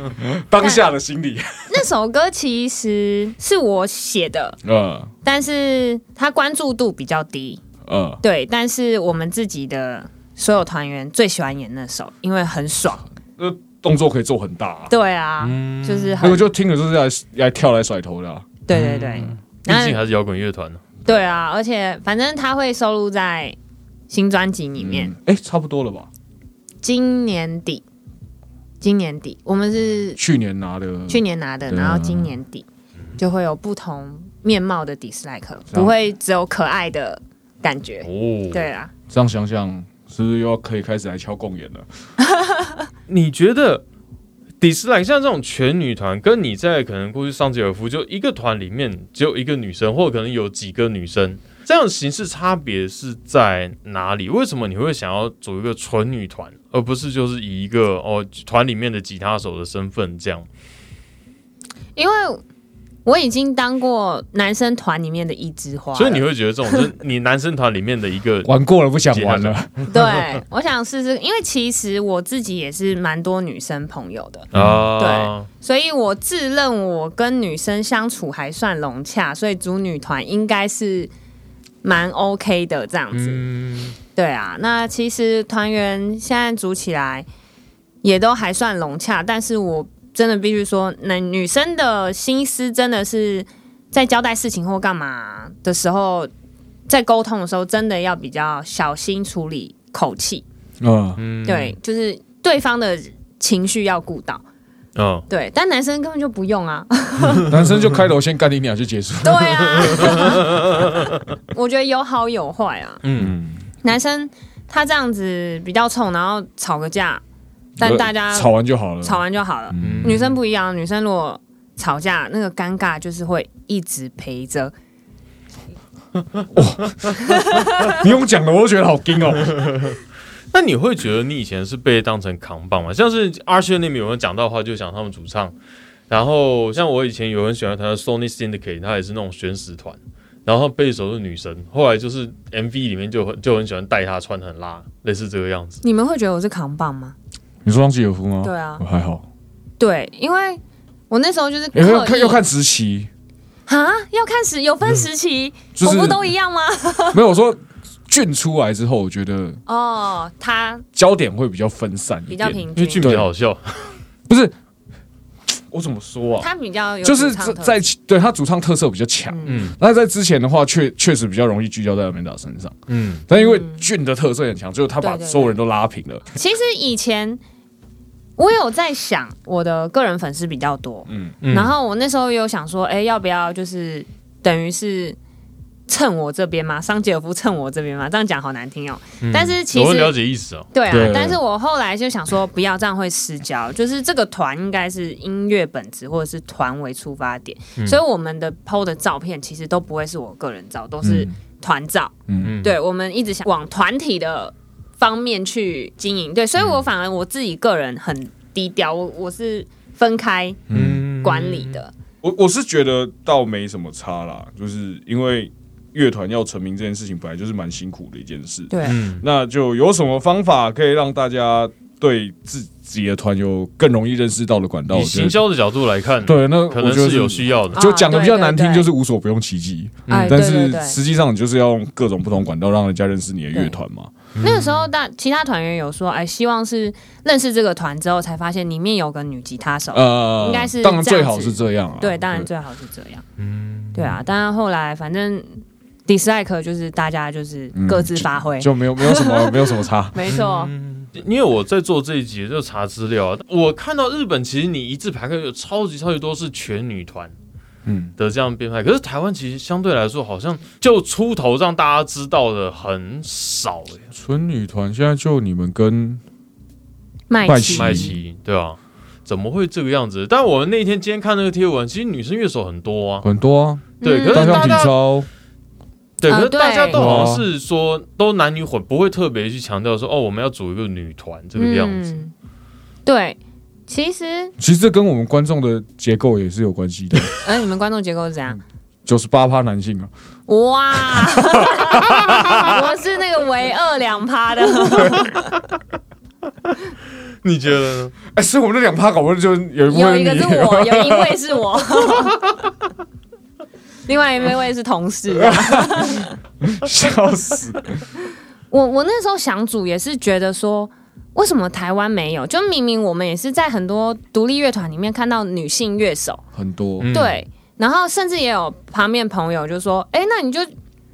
Speaker 3: 当下的心 理，
Speaker 4: 那首歌其实是我写的，
Speaker 3: 呃
Speaker 4: 但是它关注度比较低。
Speaker 3: 呃，
Speaker 4: 对，但是我们自己的所有团员最喜欢演那首，因为很爽。
Speaker 3: 那动作可以做很大啊，
Speaker 4: 对啊，
Speaker 2: 嗯
Speaker 4: 就是
Speaker 3: 那
Speaker 4: 很
Speaker 3: 个就听着就是来来跳来甩头的啊，
Speaker 4: 对对对，
Speaker 2: 毕
Speaker 4: 然
Speaker 2: 竟
Speaker 4: 后
Speaker 2: 还是摇滚乐团呢。
Speaker 4: 对啊，而且反正它会收录在新专辑里面，
Speaker 3: 嗯，哎，差不多了吧？
Speaker 4: 今年底，今年底我们是
Speaker 3: 去年拿的，
Speaker 4: 去年拿的，
Speaker 3: 对啊
Speaker 4: 然后今年底就会有不同面貌的 dislike，不
Speaker 2: 嗯
Speaker 4: 会只有可爱的感觉。
Speaker 2: 哦，
Speaker 4: 对啊，
Speaker 3: 这样想想。是不是又要可以开始来敲共演了？
Speaker 2: 你觉得迪斯莱像这种全女团，跟你在可能过去桑吉尔夫就一个团里面只有一个女生，或者可能有几个女生，这样的形式差别是在哪里？为什么你会想要组一个纯女团，而不是就是以一个哦团里面的吉他手的身份这样？
Speaker 4: 因为我已经当过男生团里面的一枝花了，
Speaker 2: 所以你会觉得这种是你男生团里面的一个
Speaker 3: 玩过了不想玩了，
Speaker 4: 对，我想试试，因为其实我自己也是蛮多女生朋友的，
Speaker 2: 啊，
Speaker 4: 所以我自认我跟女生相处还算融洽，所以组女团应该是蛮 OK 的这样子。
Speaker 2: 嗯，
Speaker 4: 对啊，那其实团员现在组起来也都还算融洽，但是我真的必须说，那女生的心思真的是在交代事情或干嘛的时候，在沟通的时候，真的要比较小心处理口气，
Speaker 3: 嗯，
Speaker 4: 对，就是对方的情绪要顾到，
Speaker 2: 嗯，
Speaker 4: 对，啊但男生根本就不用啊，
Speaker 3: 男生就开头先干你俩就结束，
Speaker 4: 对啊， 我觉得有好有坏啊，
Speaker 3: 嗯，
Speaker 4: 男生他这样子比较冲，然后吵个架，但大家
Speaker 3: 呃吵完就好了，
Speaker 4: 吵完就好了。
Speaker 2: 嗯
Speaker 4: 女生不一样，女生如果吵架，那个尴尬就是会一直陪着。
Speaker 3: 不用讲了，我都觉得好惊哦。
Speaker 2: 那你会觉得你以前是被当成扛棒吗？像是阿轩那边有人讲到的话，就讲他们主唱，然后像我以前有很喜欢他的 Sony Syndicate，他也是那种宣誓团，然后贝斯手是女生，后来就是 MV 里面就很就很喜欢带她穿很辣，类似这个样子。
Speaker 4: 你们会觉得我是扛棒吗？
Speaker 3: 你说上次有夫吗？哦
Speaker 4: 对啊
Speaker 3: 我还好。
Speaker 4: 对，因为我那时候就是刻
Speaker 3: 有
Speaker 4: 意
Speaker 3: 要看要看时期，
Speaker 4: 啊，要看时有分时期，
Speaker 3: 就是
Speaker 4: 我不都一样吗？
Speaker 3: 没有我说俊出来之后，我觉得
Speaker 4: 哦，他
Speaker 3: 焦点会比较分散一
Speaker 4: 比
Speaker 3: 点，
Speaker 4: 较平
Speaker 2: 因为剧
Speaker 4: 均，
Speaker 2: 比较好笑，
Speaker 3: 不是我怎么说啊？
Speaker 4: 他比较有
Speaker 3: 就是
Speaker 4: 主唱
Speaker 3: 在
Speaker 4: 特
Speaker 3: 在对他主唱特色比较强，
Speaker 2: 嗯
Speaker 3: 那在之前的话，确确实比较容易聚焦在阿美达身上，
Speaker 2: 嗯，
Speaker 3: 但因为俊的特色很强，就是他把
Speaker 4: 对对对
Speaker 3: 所有人都拉平了，
Speaker 4: 其实以前我有在想，我的个人粉丝比较多，
Speaker 3: 嗯
Speaker 4: 然后我那时候有想说，哎、要不要就是等于是蹭我这边吗？桑吉尔夫蹭我这边吗？这样讲好难听哦、
Speaker 2: 嗯
Speaker 4: 但是其
Speaker 2: 我会
Speaker 4: 实
Speaker 2: 了解意思哦，
Speaker 4: 对啊，
Speaker 3: 对
Speaker 4: 但是我后来就想说，不要这样会失焦。就是这个团应该是音乐本质或者是团为出发点，
Speaker 2: 嗯
Speaker 4: 所以我们的 PO 的照片其实都不会是我个人照，都是团照。
Speaker 3: 嗯，
Speaker 2: 嗯，
Speaker 4: 对，我们一直想往团体的方面去经营。对，所以我反而我自己个人很低调，我我是分开
Speaker 2: 嗯，
Speaker 4: 管理的。
Speaker 3: 我我是觉得倒没什么差啦，就是因为乐团要成名这件事情本来就是蛮辛苦的一件事。
Speaker 4: 对
Speaker 2: 嗯，
Speaker 3: 那就有什么方法可以让大家对自己的团有更容易认识到的管道？
Speaker 2: 以
Speaker 3: 我觉
Speaker 2: 行
Speaker 3: 得
Speaker 2: 销的角度来看，
Speaker 3: 对，那
Speaker 2: 可
Speaker 3: 我
Speaker 2: 能
Speaker 3: 觉得
Speaker 2: 是有需要的，
Speaker 4: 啊
Speaker 3: 就讲的比较难
Speaker 4: 对对
Speaker 3: 听，
Speaker 4: 对
Speaker 3: 就是无所不用其极。
Speaker 4: 哎，对
Speaker 3: 嗯但
Speaker 4: 对
Speaker 3: 是
Speaker 4: 对。
Speaker 3: 实际上你就是要用各种不同管道让人家认识你的乐团嘛。
Speaker 4: 那个时候大其他团员有说，哎，希望是认识这个团之后才发现里面有个女吉他手。
Speaker 3: 呃，
Speaker 4: 哦应该是
Speaker 3: 当然最
Speaker 4: 这样子
Speaker 3: 好是这样啊。
Speaker 4: 对，当然最好是这样。
Speaker 2: 嗯，
Speaker 4: 对啊，当然后来反正 dislike 就是大家就是
Speaker 3: 嗯
Speaker 4: 各自发挥，嗯
Speaker 3: 就没有没有什么没有什么差。
Speaker 4: 没错。
Speaker 2: 因为我在做这一集就查资料啊，我看到日本其实你一字排开有超级超级多是全女团
Speaker 3: 嗯，
Speaker 2: 的这样编排，可是台湾其实相对来说好像就出头让大家知道的很少哎、
Speaker 3: 纯女团现在就你们跟
Speaker 4: 麦
Speaker 3: 麦
Speaker 4: 琪，
Speaker 3: 琪
Speaker 2: 麦琪对啊，怎么会这个样子？但我们那天今天看那个贴文，其实女生乐手很多啊，
Speaker 3: 很多啊，
Speaker 2: 对，
Speaker 4: 嗯
Speaker 2: 可
Speaker 3: 大
Speaker 2: 是
Speaker 3: 象
Speaker 2: 大
Speaker 3: 体
Speaker 2: 家
Speaker 3: 操，
Speaker 2: 对，
Speaker 4: 啊
Speaker 2: 可是大家
Speaker 4: 对
Speaker 2: 都好像是说都男女混，不会特别去强调说哦，我们要组一个女团这个样子。
Speaker 4: 嗯。对，其实，
Speaker 3: 其实这跟我们观众的结构也是有关系的，
Speaker 4: 呃，你们观众结构是怎样？
Speaker 3: 九十八趴男性啊，
Speaker 4: 哇，我是那个唯二两趴的，嗯
Speaker 2: 你觉得呢？
Speaker 3: 哎，是我们那两趴搞不好就有一部
Speaker 4: 有
Speaker 3: 分
Speaker 4: 一个
Speaker 3: 你
Speaker 4: 是我，有一位是我，另外一位是同事。
Speaker 3: 笑死，
Speaker 4: 我我那时候想组也是觉得说，为什么台湾没有？就明明我们也是在很多独立乐团里面看到女性乐手，
Speaker 3: 很多
Speaker 2: 嗯
Speaker 4: 对，然后甚至也有旁边朋友就说：“哎、那你就。”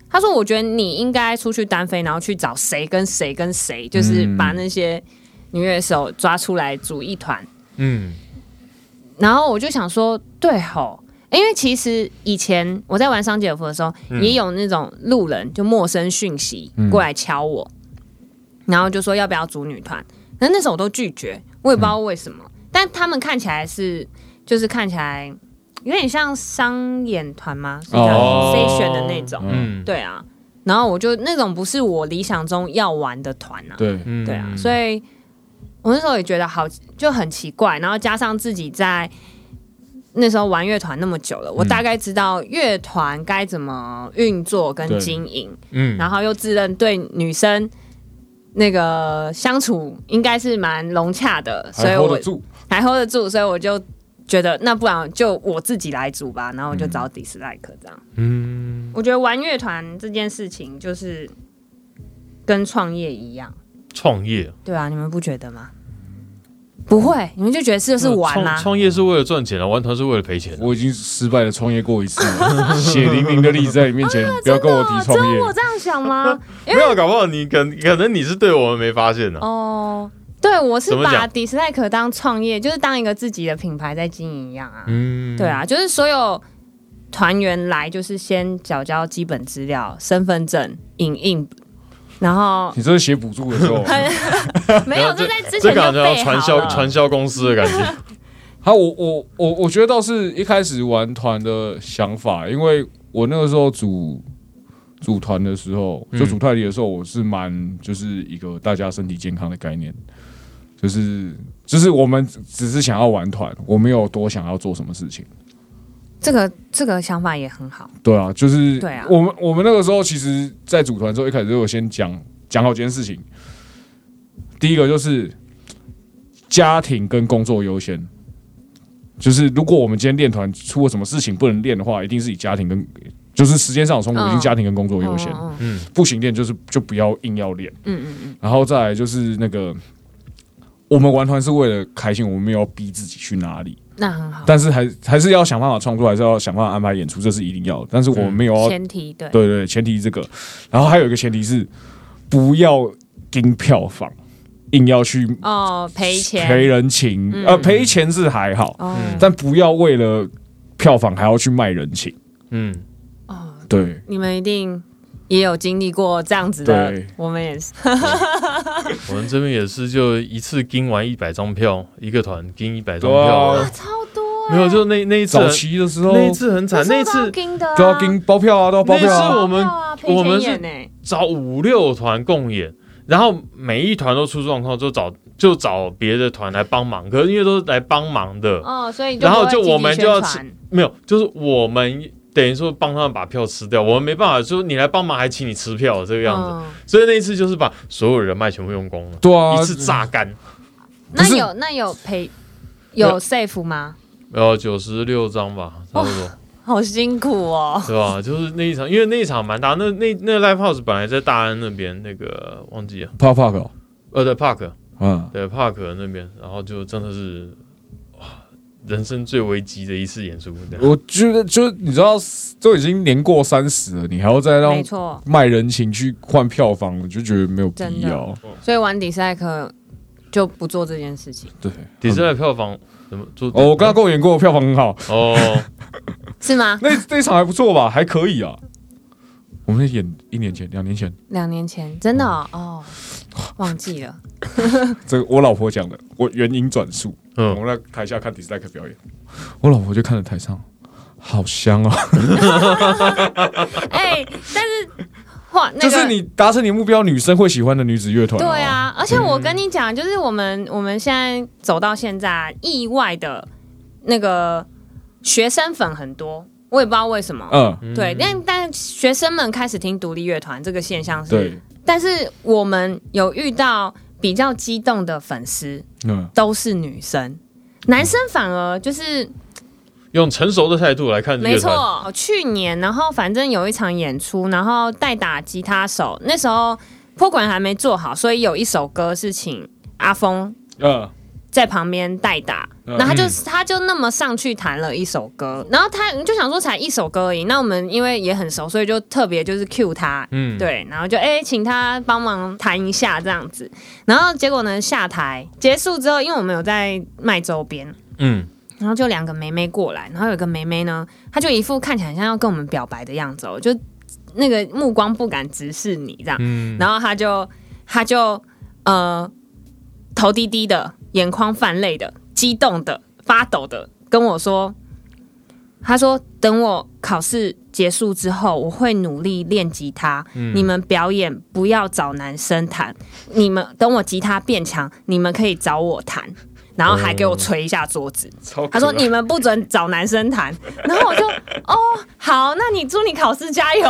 Speaker 4: 他说：“我觉得你应该出去单飞，然后去找谁跟谁跟谁，就是
Speaker 3: 嗯
Speaker 4: 把那些女乐手抓出来组一团。
Speaker 2: 嗯，”
Speaker 4: 然后我就想说：“对吼，因为其实以前我在玩商姐夫的时候，
Speaker 2: 嗯
Speaker 4: 也有那种路人就陌生讯息过来敲我，然后就说要不要组女团。那那时候我都拒绝，我也不知道为什么。
Speaker 2: 嗯
Speaker 4: 但他们看起来是，就是看起来有点像商演团吗？是叫
Speaker 3: 哦
Speaker 4: 筛选的那种，
Speaker 2: 嗯，
Speaker 4: 对啊。然后我就那种不是我理想中要玩的团啊，
Speaker 3: 对，
Speaker 2: 嗯，
Speaker 4: 对啊，所以我那时候也觉得好就很奇怪，然后加上自己在那时候玩乐团那么久了，
Speaker 3: 嗯
Speaker 4: 我大概知道乐团该怎么运作跟
Speaker 3: 对
Speaker 4: 经营，
Speaker 2: 嗯，
Speaker 4: 然后又自认对女生。那个相处应该是蛮融洽的，所以
Speaker 3: 还 hold
Speaker 4: 我
Speaker 3: 得住，
Speaker 4: 还 hold 得住，所以我就觉得那不然就我自己来组吧，然后我就
Speaker 3: 嗯
Speaker 4: 找 dislike 这样。
Speaker 2: 嗯，
Speaker 4: 我觉得玩乐团这件事情就是跟创业一样，
Speaker 2: 创业
Speaker 4: 对啊，你们不觉得吗？不会，你们就觉得这是玩啊啦、
Speaker 2: 创创业是为了赚钱啊，玩团是为了赔钱啊。
Speaker 3: 我已经失败的创业过一次 了，血淋淋的例子在你面前，不要跟我提创
Speaker 4: 啊真的我
Speaker 3: 业，
Speaker 4: 这样 想吗？
Speaker 2: 没有，啊搞不好你可可能你是对我们没发现啊呢。
Speaker 4: 哦，对，我是
Speaker 2: 怎么
Speaker 4: 把
Speaker 2: 讲
Speaker 4: dislike 当创业，就是当一个自己的品牌在经营一样啊。
Speaker 2: 嗯，
Speaker 4: 对，啊，就是所有团员来，就是先缴交基本资料、身份证、影印，然 后
Speaker 3: 你这是写补助的时 候，
Speaker 4: 哎没有，就在之
Speaker 2: 这
Speaker 4: 前
Speaker 2: 个好
Speaker 4: 就
Speaker 2: 像
Speaker 4: 备
Speaker 2: 要
Speaker 4: 好
Speaker 2: 传销
Speaker 4: 了
Speaker 2: 传销公司的感 觉。
Speaker 3: 好，我我我我觉得倒是一开始玩团的想法，因为我那个时候组组团的时候，
Speaker 2: 嗯
Speaker 3: 就组泰迪的时候，我是蛮就是一个大家身体健康的概念，就是就是我们只只是想要玩团，我没有多想要做什么事情。
Speaker 4: 这个这个想法也很好，
Speaker 3: 对啊，就是
Speaker 4: 对啊
Speaker 3: 我们我们那个时候其实，在组团之后，一开始就有先讲讲好几件事情。第一个就是家庭跟工作优先，就是如果我们今天练团出了什么事情不能练的话，一定是以家庭跟就是时间上有冲突，
Speaker 4: 嗯
Speaker 3: 一定家庭跟工作优先。
Speaker 4: 嗯
Speaker 2: 嗯
Speaker 3: 不行练就是就不要硬要练，
Speaker 4: 嗯嗯嗯
Speaker 3: 然后再来就是那个。我们玩团是为了开心，我们没有要逼自己去哪里，
Speaker 4: 嗯，那很好，
Speaker 3: 但是还还是要想办法创作，还是要想办法安排演出，这是一定要的。但是我们没有
Speaker 2: 哦
Speaker 3: 要
Speaker 4: 前提对，
Speaker 3: 对对，前提是这个，然后还有一个前提是不要盯票房，硬要去
Speaker 4: 哦，赔钱
Speaker 3: 赔人情，
Speaker 4: 嗯
Speaker 3: 呃，赔钱是还好，
Speaker 4: 哦
Speaker 2: 嗯
Speaker 3: 但不要为了票房还要去卖人情，
Speaker 2: 嗯，
Speaker 4: 哦，
Speaker 3: 对，
Speaker 4: 你们一定也有经历过这样子的
Speaker 3: 对，
Speaker 4: 我们也是。
Speaker 2: 我们这边也是，就一次盯完一百张票，一个团盯一百张
Speaker 3: 对
Speaker 2: 票，
Speaker 3: 啊，
Speaker 4: 超多、欸
Speaker 2: 没有，就那那一次
Speaker 3: 早期的时候
Speaker 2: 那一次很惨，那一次
Speaker 4: 跟的、啊，
Speaker 3: 都要跟包票啊，都要包票
Speaker 2: 那一次
Speaker 3: 啊，
Speaker 2: 我们我们是
Speaker 4: 哎，
Speaker 2: 找五六团共演，然后每一团都出状况，就找就找别的团来帮忙，可是因为都是来帮忙的，
Speaker 4: 哦，所以
Speaker 2: 然后就
Speaker 4: 不会积极
Speaker 2: 我们就要
Speaker 4: 宣
Speaker 2: 吃
Speaker 4: 传
Speaker 2: 没有，就是我们等于说帮他们把票吃掉，我们没办法说你来帮忙还请你吃票这个样子，
Speaker 4: 嗯
Speaker 2: 所以那一次就是把所有人脉全部用光了，
Speaker 3: 对啊
Speaker 2: 一，次榨干，
Speaker 3: 不
Speaker 4: 那
Speaker 3: 是
Speaker 4: 有那有赔
Speaker 2: 有
Speaker 4: 有 safe 吗？
Speaker 2: 然后九十六张吧，差不多。
Speaker 4: 好辛苦哦，
Speaker 2: 对 吧？就是那一场，因为那一场蛮大，那那那 live house 本来在大安那边，那个忘记了，
Speaker 3: 怕怕搞，
Speaker 2: 呃，对 park，
Speaker 3: 嗯，
Speaker 2: 对 park 那边，然后就真的是哇，人生最危机的一次演出，这样
Speaker 3: 我觉得就你知道，都已经年过三十了，你还要再让
Speaker 4: 没错。
Speaker 3: 卖人情去换票房，我就觉得没有必要。
Speaker 4: 所以玩底赛克就不做这件事情，
Speaker 3: 对，嗯
Speaker 2: 迪士尼的票房怎么做？
Speaker 3: 哦，我刚刚跟我演过，票房很好，
Speaker 2: 哦，
Speaker 4: 是吗？
Speaker 3: 那那场还不错吧，还可以啊。我们演一年前、两年前，
Speaker 4: 两年前真的哦哦，忘 记了。
Speaker 3: 这个我老婆讲的，我原音转述。我
Speaker 2: 嗯，
Speaker 3: 们在台下看 dislike 表演，我老婆就看着台上，好香哦！
Speaker 4: 哎，但是哇，那个
Speaker 3: 就是你达成你目标，女生会喜欢的女子乐团、
Speaker 4: 对，啊，而且我跟你讲，就是我们我们现在走到现在，意外的那个学生粉很多，我也不知道为什么。
Speaker 3: 嗯，
Speaker 4: 对，但但学生们开始听独立乐团这个现象是
Speaker 3: 对，，
Speaker 4: 但是我们有遇到比较激动的粉丝，
Speaker 3: 嗯，
Speaker 4: 都是女生，男生反而就是
Speaker 2: 用成熟的态度来看，
Speaker 4: 没，错，去年，然后反正有一场演出，然后代打吉他手，那时候破管还没做好，所以有一首歌是请阿峰
Speaker 3: 嗯，
Speaker 4: 在旁边代打，
Speaker 3: 嗯
Speaker 4: 然后他就、他就那么上去弹了一首歌，然后他就想说才一首歌而已，那我们因为也很熟，所以就特别就是 cue 他，
Speaker 2: 嗯，，
Speaker 4: 对，然后就哎、请他帮忙弹一下这样子，然后结果呢下台结束之后，因为我们有在卖周边，
Speaker 2: 嗯，
Speaker 4: 然后就两个妹妹过来，然后有一个妹妹呢，她就一副看起来很像要跟我们表白的样子哦，就那个目光不敢直视你这样，
Speaker 2: 嗯，
Speaker 4: 然后她就她就呃头低低的，眼眶泛泪的，激动的，发抖的跟我说，她说等我考试结束之后，我会努力练吉他，你们表演不要找男生弹，你们等我吉他变强，你们可以找我弹。然后还给我捶一下桌子，
Speaker 3: 超
Speaker 4: 他说：“你们不准找男生谈。”然后我就：“哦，好，那你祝你考试加油。”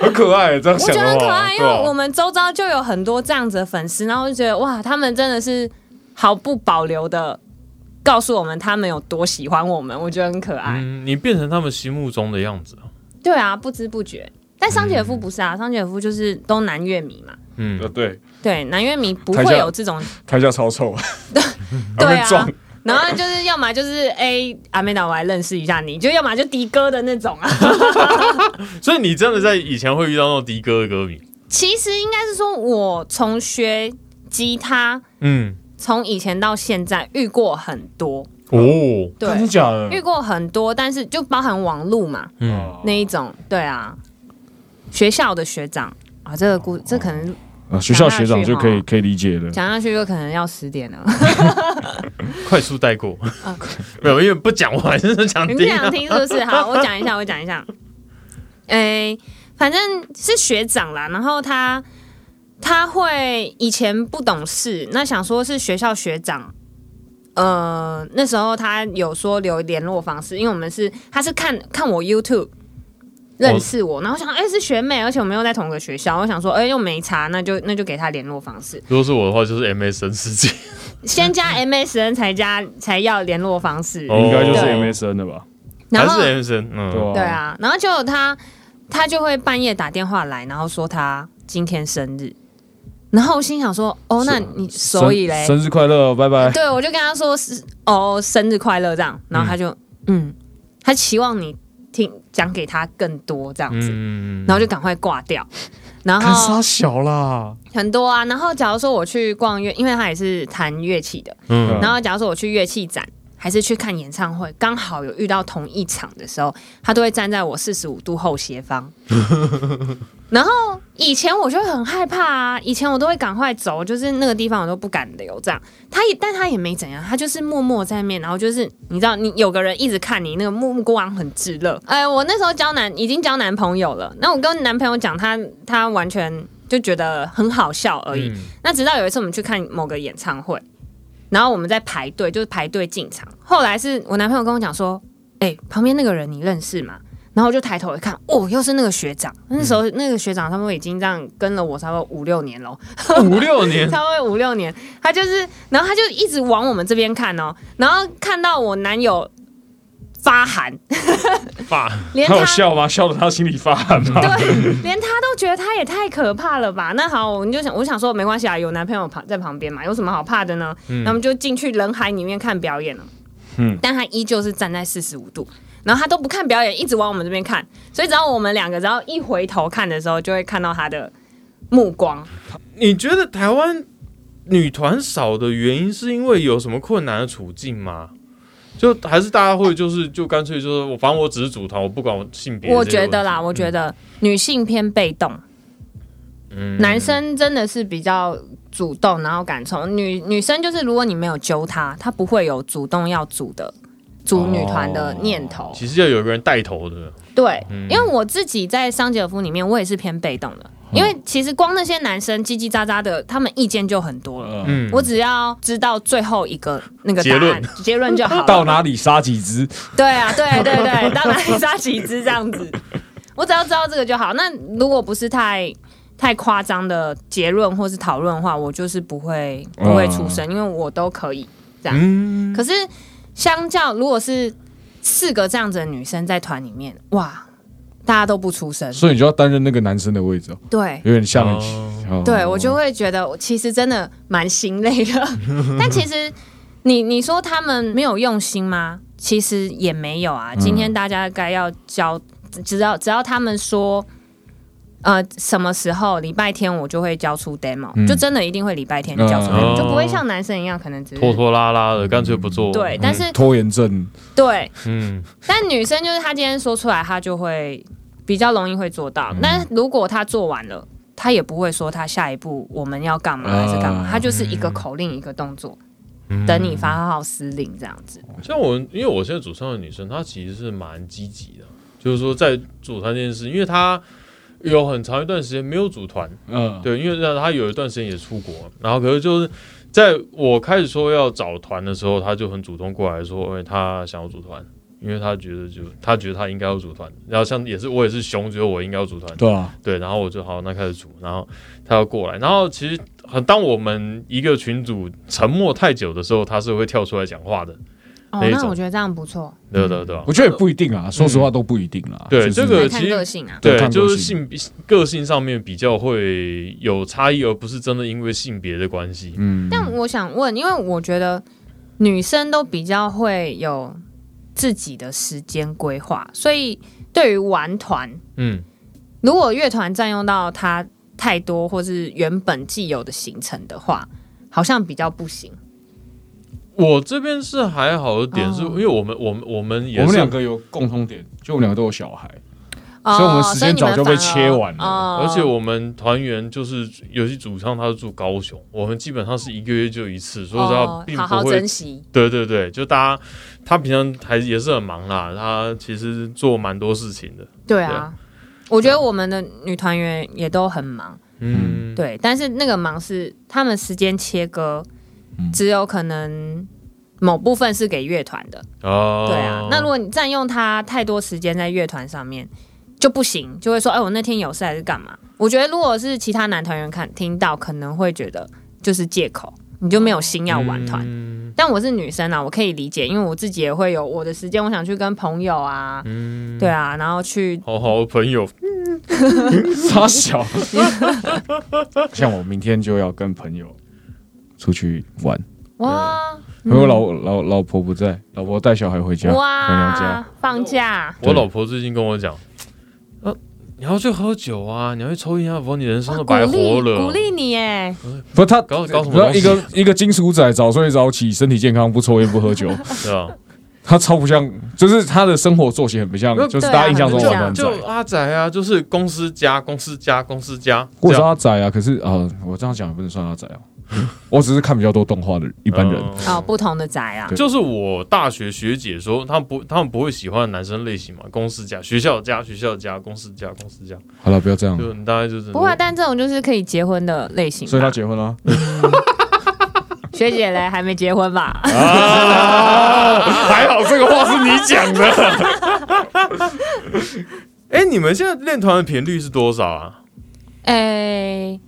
Speaker 3: 很可爱，这样
Speaker 4: 我
Speaker 3: 想
Speaker 4: 觉得
Speaker 3: 的
Speaker 4: 很可
Speaker 3: 话，对啊
Speaker 4: 爱，因为我
Speaker 3: 吧？
Speaker 4: 们周遭就有很多这样子的粉丝，然后就觉得哇，他们真的是毫不保留的告诉我们他们有多喜欢我们，我觉得很可爱。
Speaker 2: 嗯，你变成他们心目中的样子，
Speaker 4: 对啊，不知不觉。但桑姐夫不是啊，桑姐夫就是都男乐迷嘛。
Speaker 2: 嗯
Speaker 3: 呃，，对，
Speaker 4: 对，男乐迷不
Speaker 3: 台下
Speaker 4: 会有这种
Speaker 3: 台下超 臭，
Speaker 4: 对
Speaker 3: 还会撞
Speaker 4: 啊。然后就是要么就是哎，阿美达我来认识一下你，就要么就迪哥的那种啊。
Speaker 2: 所以你真的在以前会遇到那种迪哥的歌迷，
Speaker 4: 其实应该是说，我从学吉他，
Speaker 2: 嗯，
Speaker 4: 从以前到现在遇过很多，
Speaker 2: 哦，
Speaker 4: 对，
Speaker 3: 真的假的？
Speaker 4: 遇过很多，但是就包含网路嘛
Speaker 2: 嗯，
Speaker 4: 那一种，对啊，学校的学长啊，这个故这可能
Speaker 3: 啊，学校学长
Speaker 4: 讲下去
Speaker 3: 就
Speaker 4: 哈
Speaker 3: 可以可以理解的，
Speaker 4: 讲下去就可能要十点了。
Speaker 2: 快速带过，
Speaker 4: 啊
Speaker 2: 没有，因为不讲，我还是想
Speaker 4: 你不
Speaker 2: 听啊，
Speaker 4: 想听是不是？好，我讲一下，我讲一下。诶、反正是学长啦，然后他他会以前不懂事，那想说是学校学长。呃，那时候他有说留联络方式，因为我们是他是看看我 YouTube 认识我，然后想哎、是学妹，而且我们又在同个学校，我想说哎、又没差，那就那就给他联络方式，
Speaker 2: 如果是我的话，就是 MSN 世界，
Speaker 4: 先加 MSN 才加才要联络方式，
Speaker 2: 嗯哦
Speaker 3: 应该就是
Speaker 4: 对
Speaker 3: MSN 的吧？
Speaker 4: 然
Speaker 2: 还
Speaker 4: 后
Speaker 2: 是 MSN，嗯，
Speaker 3: 对吧？
Speaker 4: 对，啊，然后就有他他就会半夜打电话来，然后说他今天生日，然后我心想说，哦，那你
Speaker 3: 生
Speaker 4: 所以嘞，
Speaker 3: 生日快乐，拜拜。
Speaker 4: 对啊我就跟他说是哦，生日快乐这样，然后他就嗯他期望你听讲给他更多这样子，
Speaker 2: 嗯，
Speaker 4: 然后就赶快挂掉，然
Speaker 3: 看傻
Speaker 4: 后
Speaker 3: 小啦，
Speaker 4: 很多啊，然后假如说我去逛乐，因为他也是弹乐器的，
Speaker 2: 嗯
Speaker 4: 然后假如说我去乐器展，还是去看演唱会，刚好有遇到同一场的时候，他都会站在我四十五度后斜方。然后以前我就会很害怕啊，以前我都会赶快走，就是那个地方我都不敢留这样。他也，但他也没怎样，他就是默默在面，然后就是你知道，你有个人一直看你，那个目目光很炙热。哎，我那时候交男已经交男朋友了，那我跟男朋友讲，他他完全就觉得很好笑而已。
Speaker 2: 嗯
Speaker 4: 那直到有一次我们去看某个演唱会，然后我们在排队，就是排队进场。后来是我男朋友跟我讲说：“哎、旁边那个人你认识吗？”然后我就抬头一看，哦，又是那个学长。那时候
Speaker 2: 嗯
Speaker 4: 那个学长他们已经这样跟了我差不多五六年了，
Speaker 2: 五六年，
Speaker 4: 差不多五六年。他就是，然后他就一直往我们这边看哦，然后看到我男友发寒，
Speaker 2: 爸，
Speaker 4: 连
Speaker 3: 他
Speaker 4: 他
Speaker 3: 有笑吗？笑的他心里发寒吗？
Speaker 4: 对，连他都觉得他也太可怕了吧？那好，我们就想，我想说没关系啊，有男朋友旁在旁边嘛，有什么好怕的呢？那我们就进去人海里面看表演了。
Speaker 3: 嗯
Speaker 4: 嗯，但他依旧是站在四十五度，然后他都不看表演，一直往我们这边看，所以只要我们两个只要一回头看的时候，就会看到他的目光。
Speaker 2: 你觉得台湾女团少的原因是因为有什么困难的处境吗？就还是大家会就是就干脆就是我反正我只是组团，我不管我性别。
Speaker 4: 我觉得啦，我觉得女性偏被动，
Speaker 2: 嗯
Speaker 4: 男生真的是比较主动，然后敢冲。女女生就是，如果你没有揪她，她不会有主动要组的组女团的念头。
Speaker 2: 其实要有一个人带头的，
Speaker 4: 对，
Speaker 2: 哦嗯
Speaker 4: 因为我自己在桑吉尔夫里面，我也是偏被动的。
Speaker 2: 嗯
Speaker 4: 因为其实光那些男生叽叽喳喳的，他们意见就很多了。
Speaker 3: 嗯，
Speaker 2: 嗯，
Speaker 4: 我只要知道最后一个那个答
Speaker 2: 结
Speaker 4: 案
Speaker 2: 论
Speaker 4: 结论 就好了。
Speaker 3: 到哪里杀几只？
Speaker 4: 对啊，对对对，当然杀几只这样子，我只要知道这个就好。那如果不是太太夸张的结论或是讨论的话，我就是不会不会出声，因为我都可以这样。
Speaker 2: 嗯，
Speaker 4: 可是相较如果是四个这样子的女生在团里面，哇，大家都不出声，
Speaker 3: 所以你就要担任那个男生的位置哦，
Speaker 4: 对。
Speaker 3: 有点像你。
Speaker 2: 哦
Speaker 3: 哦
Speaker 4: 对，我就会觉得我其实真的蛮心累的， 但其实你你说他们没有用心吗？其实也没有啊。今天大家该要交，只要只要他们说，呃，什么时候礼拜天我就会交出 demo，、
Speaker 3: 嗯
Speaker 4: 就真的一定会礼拜天就交出
Speaker 2: 嗯
Speaker 4: demo，、就不会像男生一样可能只是
Speaker 2: 拖嗯拖拉拉的，干脆不做。
Speaker 4: 对，但是、
Speaker 3: 拖延症，
Speaker 4: 对，
Speaker 2: 嗯，
Speaker 4: 但女生就是她今天说出来，她就会比较容易会做
Speaker 2: 嗯
Speaker 4: 到。但如果她做完了，她也不会说她下一步我们要干嘛还是干嘛
Speaker 3: 啊，
Speaker 4: 她就是一个口令一个动作，
Speaker 2: 嗯
Speaker 4: 等你发号施令这样子。
Speaker 2: 像我，因为我现在组上的女生，她其实是蛮积极的，就是说在组团这件事，因为她有很长一段时间没有组团，
Speaker 3: 嗯，
Speaker 2: 对，因为让她有一段时间也出国，然后可是就是在我开始说要找团的时候，她就很主动过来说，哎，她想要组团，因为她觉得就她觉得她应该要组团，然后像也是我也是熊，觉得我应该要组团，
Speaker 3: 对啊，
Speaker 2: 对，然后我就好，那开始煮，然后他要过来，然后其实很当我们一个群组沉默太久的时候，他是会跳出来讲话的，
Speaker 4: 哦
Speaker 2: 哪，一种
Speaker 4: 那我觉得这样不错，
Speaker 2: 对啊对对吧
Speaker 3: 我觉得也不一定啊，说实话都不一定啦。
Speaker 2: 嗯对
Speaker 3: 就是
Speaker 2: 这个
Speaker 4: 来
Speaker 2: 对
Speaker 4: 看
Speaker 2: 其实
Speaker 4: 个性啊。
Speaker 2: 对，
Speaker 3: 看个
Speaker 2: 就是
Speaker 3: 性
Speaker 2: 性别个性上面比较会有差异，而不是真的因为性别的关系。
Speaker 3: 嗯，
Speaker 4: 但我想问，因为我觉得女生都比较会有自己的时间规划，所以对于玩团，
Speaker 2: 嗯，
Speaker 4: 如果乐团占用到它太多或是原本既有的行程的话，好像比较不行。
Speaker 2: 我这边是还好的点，
Speaker 4: 哦
Speaker 2: 是因为我们我们我们也是
Speaker 3: 我们两个有共通点，就我们两个都有小孩，
Speaker 4: 哦
Speaker 3: 所以我们时间早就被切完了
Speaker 2: 而且我们团员就是有些主唱他是住高雄，我们基本上是一个月就一次，所以他
Speaker 4: 哦
Speaker 2: 并
Speaker 4: 好
Speaker 2: 不
Speaker 4: 好
Speaker 2: 会
Speaker 4: 珍惜。
Speaker 2: 对对对，就大家他平常还也是很忙啦，他其实做蛮多事情的。
Speaker 4: 对
Speaker 2: 对
Speaker 4: 啊
Speaker 2: 啊，
Speaker 4: 我觉得我们的女团员也都很忙，
Speaker 2: 嗯，
Speaker 4: 对，但是那个忙是他们时间切割，
Speaker 3: 嗯
Speaker 4: 只有可能某部分是给乐团的，
Speaker 2: 哦，
Speaker 4: 对啊。那如果你占用他太多时间在乐团上面就不行，就会说，哎，我那天有事还是干嘛？我觉得如果是其他男团员看听到，可能会觉得就是借口，你就没有心要玩团。
Speaker 2: 嗯
Speaker 4: 但我是女生啊，我可以理解，因为我自己也会有我的时间，我想去跟朋友啊，
Speaker 2: 嗯
Speaker 4: 对啊，然后去
Speaker 2: 好好的朋友，
Speaker 3: 傻 小。像我明天就要跟朋友出去玩，
Speaker 4: 哇
Speaker 3: 因
Speaker 4: 嗯
Speaker 3: 为我老老老婆不在，老婆带小孩回家，回娘家
Speaker 4: 哇。放假，
Speaker 2: 我老婆最近跟我讲，呃，你要去喝酒啊，你要去抽烟啊，否则你人生都
Speaker 4: 鼓
Speaker 2: 白活
Speaker 4: 励
Speaker 2: 了。嗯
Speaker 4: 鼓励你耶，
Speaker 3: 不是他
Speaker 2: 搞搞什么
Speaker 3: 不
Speaker 2: 东西
Speaker 3: 是一个一个金属仔，早睡早起，身体健康，不抽烟不喝 酒，
Speaker 2: 对啊，
Speaker 3: 他超不像，就是他的生活作息很不像
Speaker 2: 没有，
Speaker 3: 就是
Speaker 4: 对啊
Speaker 3: 大家印象中
Speaker 4: 很
Speaker 3: 的
Speaker 4: 不
Speaker 3: 男
Speaker 4: 像
Speaker 3: 仔。
Speaker 2: 就阿宅啊，就是公司加公司加公司加，
Speaker 3: 我
Speaker 2: 这
Speaker 3: 知道
Speaker 2: 样
Speaker 3: 他宅啊，可是啊、呃我这样讲也不能算他宅啊，我只是看比较多动画的一般人。
Speaker 2: 嗯
Speaker 4: 哦，不同的宅啊，
Speaker 2: 就是我大学学姐说，他们不，他们不会喜欢的男生类型嘛，公司加学校加学校加公司加公司加，
Speaker 3: 好了，不要这样，
Speaker 2: 就你大概就是
Speaker 4: 不会啊，但这种就是可以结婚的类型吧。
Speaker 3: 所以他结婚了。
Speaker 4: 学姐嘞还没结婚吧？
Speaker 2: 啊
Speaker 3: 还好这个话是你讲的。
Speaker 2: 哎、你们现在练团的频率是多少啊？
Speaker 4: 诶、哎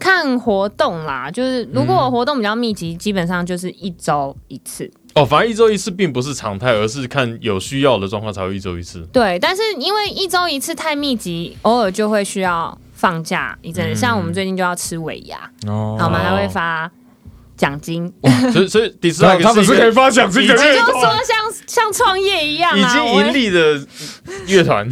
Speaker 4: 看活动啦，就是如果活动比较密集，基本上就是一周一次。
Speaker 2: 哦，反正一周一次并不是常态，而是看有需要的状况才会一周一次。
Speaker 4: 对，但是因为一周一次太密集，偶尔就会需要放假一阵子。
Speaker 2: 嗯
Speaker 4: 像我们最近就要吃尾牙，然后 我
Speaker 3: 哦，
Speaker 4: 们还会发奖金，
Speaker 2: 所以，所以迪斯
Speaker 3: 那
Speaker 2: 莱
Speaker 3: 他们是可以发奖金的
Speaker 2: 已经
Speaker 4: 就
Speaker 3: 乐
Speaker 4: 说
Speaker 3: 团，
Speaker 4: 像像创业一样
Speaker 2: 已
Speaker 4: 啊，
Speaker 2: 经
Speaker 4: 我
Speaker 2: 盈
Speaker 4: 会
Speaker 2: 利的乐团，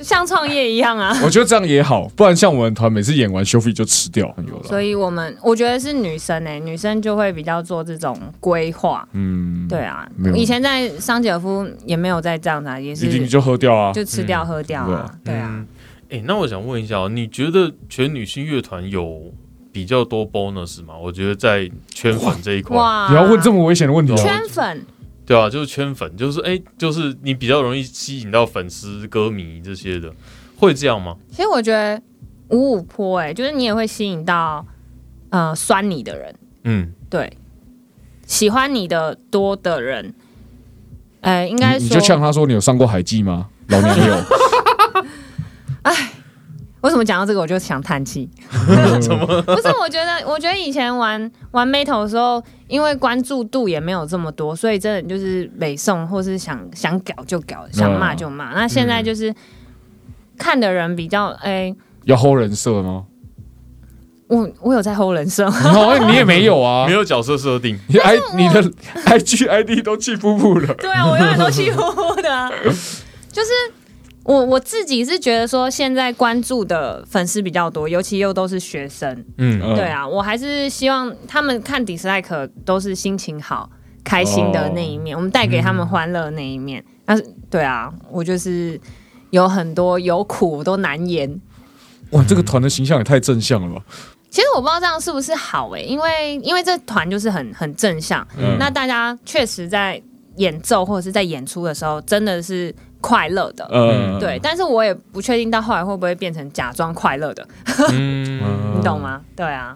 Speaker 4: 像创业一样啊。
Speaker 3: 我觉得这样也好，不然像我们团每次演完休费就吃掉，很有了。
Speaker 4: 所以我们我觉得是女生哎、女生就会比较做这种规划。
Speaker 3: 嗯，
Speaker 4: 对，啊
Speaker 3: 没，有
Speaker 4: 以前在桑吉尔夫也没有在这样子啊，也
Speaker 3: 一定
Speaker 4: 是
Speaker 3: 就喝掉啊。
Speaker 4: 就吃掉喝掉
Speaker 3: 对
Speaker 4: 啊
Speaker 3: 啊，
Speaker 4: 对啊。
Speaker 2: 嗯。哎、那我想问一下哦，你觉得全女性乐团有比较多 bonus 吗？我觉得在圈粉这一块，
Speaker 4: 哇
Speaker 3: 你要问这么危险的问
Speaker 2: 啊
Speaker 3: 题哦？
Speaker 4: 圈粉，
Speaker 2: 对啊，就是圈粉，就是哎、就是你比较容易吸引到粉丝、歌迷这些的，会这样吗？
Speaker 4: 其实我觉得五五坡哎、就是你也会吸引到呃酸你的人，
Speaker 2: 嗯，
Speaker 4: 对，喜欢你的多的人，呃，应该
Speaker 3: 你你就呛
Speaker 4: 说，
Speaker 3: 他说你有上过海记吗？老
Speaker 2: 哦
Speaker 3: 娘没有。
Speaker 4: 为什么讲到这个我就想 叹气？ 不是，我觉得，我觉得以前玩玩 Metal 的时候，因为关注度也没有这么多，所以真的就是北宋或是想想搞就搞，
Speaker 3: 嗯
Speaker 4: 想骂就骂。那现在就是看的人比较，哎、
Speaker 3: 要 hold 人设 吗？
Speaker 4: 我我有在 hold 人生，
Speaker 3: 你好像你也没有啊
Speaker 2: 没，有角色设定，
Speaker 3: 你 i 你的 IG ID 都气噗噗了。
Speaker 4: 对啊，我永远都气呼呼的 啊、就是我我自己是觉得说，现在关注的粉丝比较多，尤其又都是学生，
Speaker 2: 嗯，
Speaker 4: 对，啊，我还是希望他们看 dislike 都是心情好、开心的那一面，我们带给他们欢乐那一面。但是，对啊，我就是有很多有苦我都难言。
Speaker 3: 嗯哇，这个团的形象也太正向了吧？
Speaker 4: 其实我不知道这样是不是好诶、因为因为这团就是很很正向，
Speaker 3: 嗯
Speaker 4: 那大家确实在演奏或者是在演出的时候真的是快乐的。
Speaker 2: 嗯
Speaker 3: 呃，
Speaker 4: 对，，但是我也不确定到后来会不会变成假装快乐的，
Speaker 2: 嗯，
Speaker 4: 你懂吗？对啊，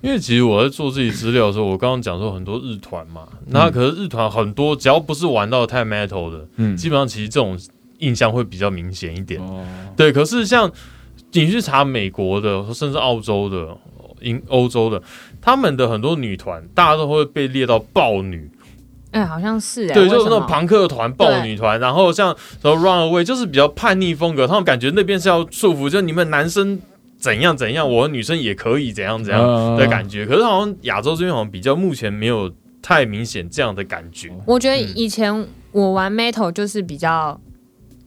Speaker 2: 因为其实我在做自己资料的时候，我刚刚讲说很多日团嘛，那可是日团很多，只要不是玩到太 metal 的，
Speaker 3: 嗯嗯
Speaker 2: 基本上其实这种印象会比较明显一点。
Speaker 3: 哦，
Speaker 2: 对，可是像你去查美国的，甚至澳洲的、英欧洲的，他们的很多女团，大家都会被列到豹女，
Speaker 4: 哎、好像是哎、
Speaker 2: 对，
Speaker 4: 为
Speaker 2: 就是那
Speaker 4: 什
Speaker 2: 种
Speaker 4: 么
Speaker 2: 朋克团、豹女团，然后像什么 Runaway，就是比较叛逆风格，他们感觉那边是要束缚，就是你们男生怎样怎样，我女生也可以怎样怎样
Speaker 3: 嗯
Speaker 2: 的感觉。可是好像亚洲这边好像比较目前没有太明显这样的感觉，
Speaker 4: 我觉得
Speaker 2: 嗯
Speaker 4: 以前我玩 metal 就是比较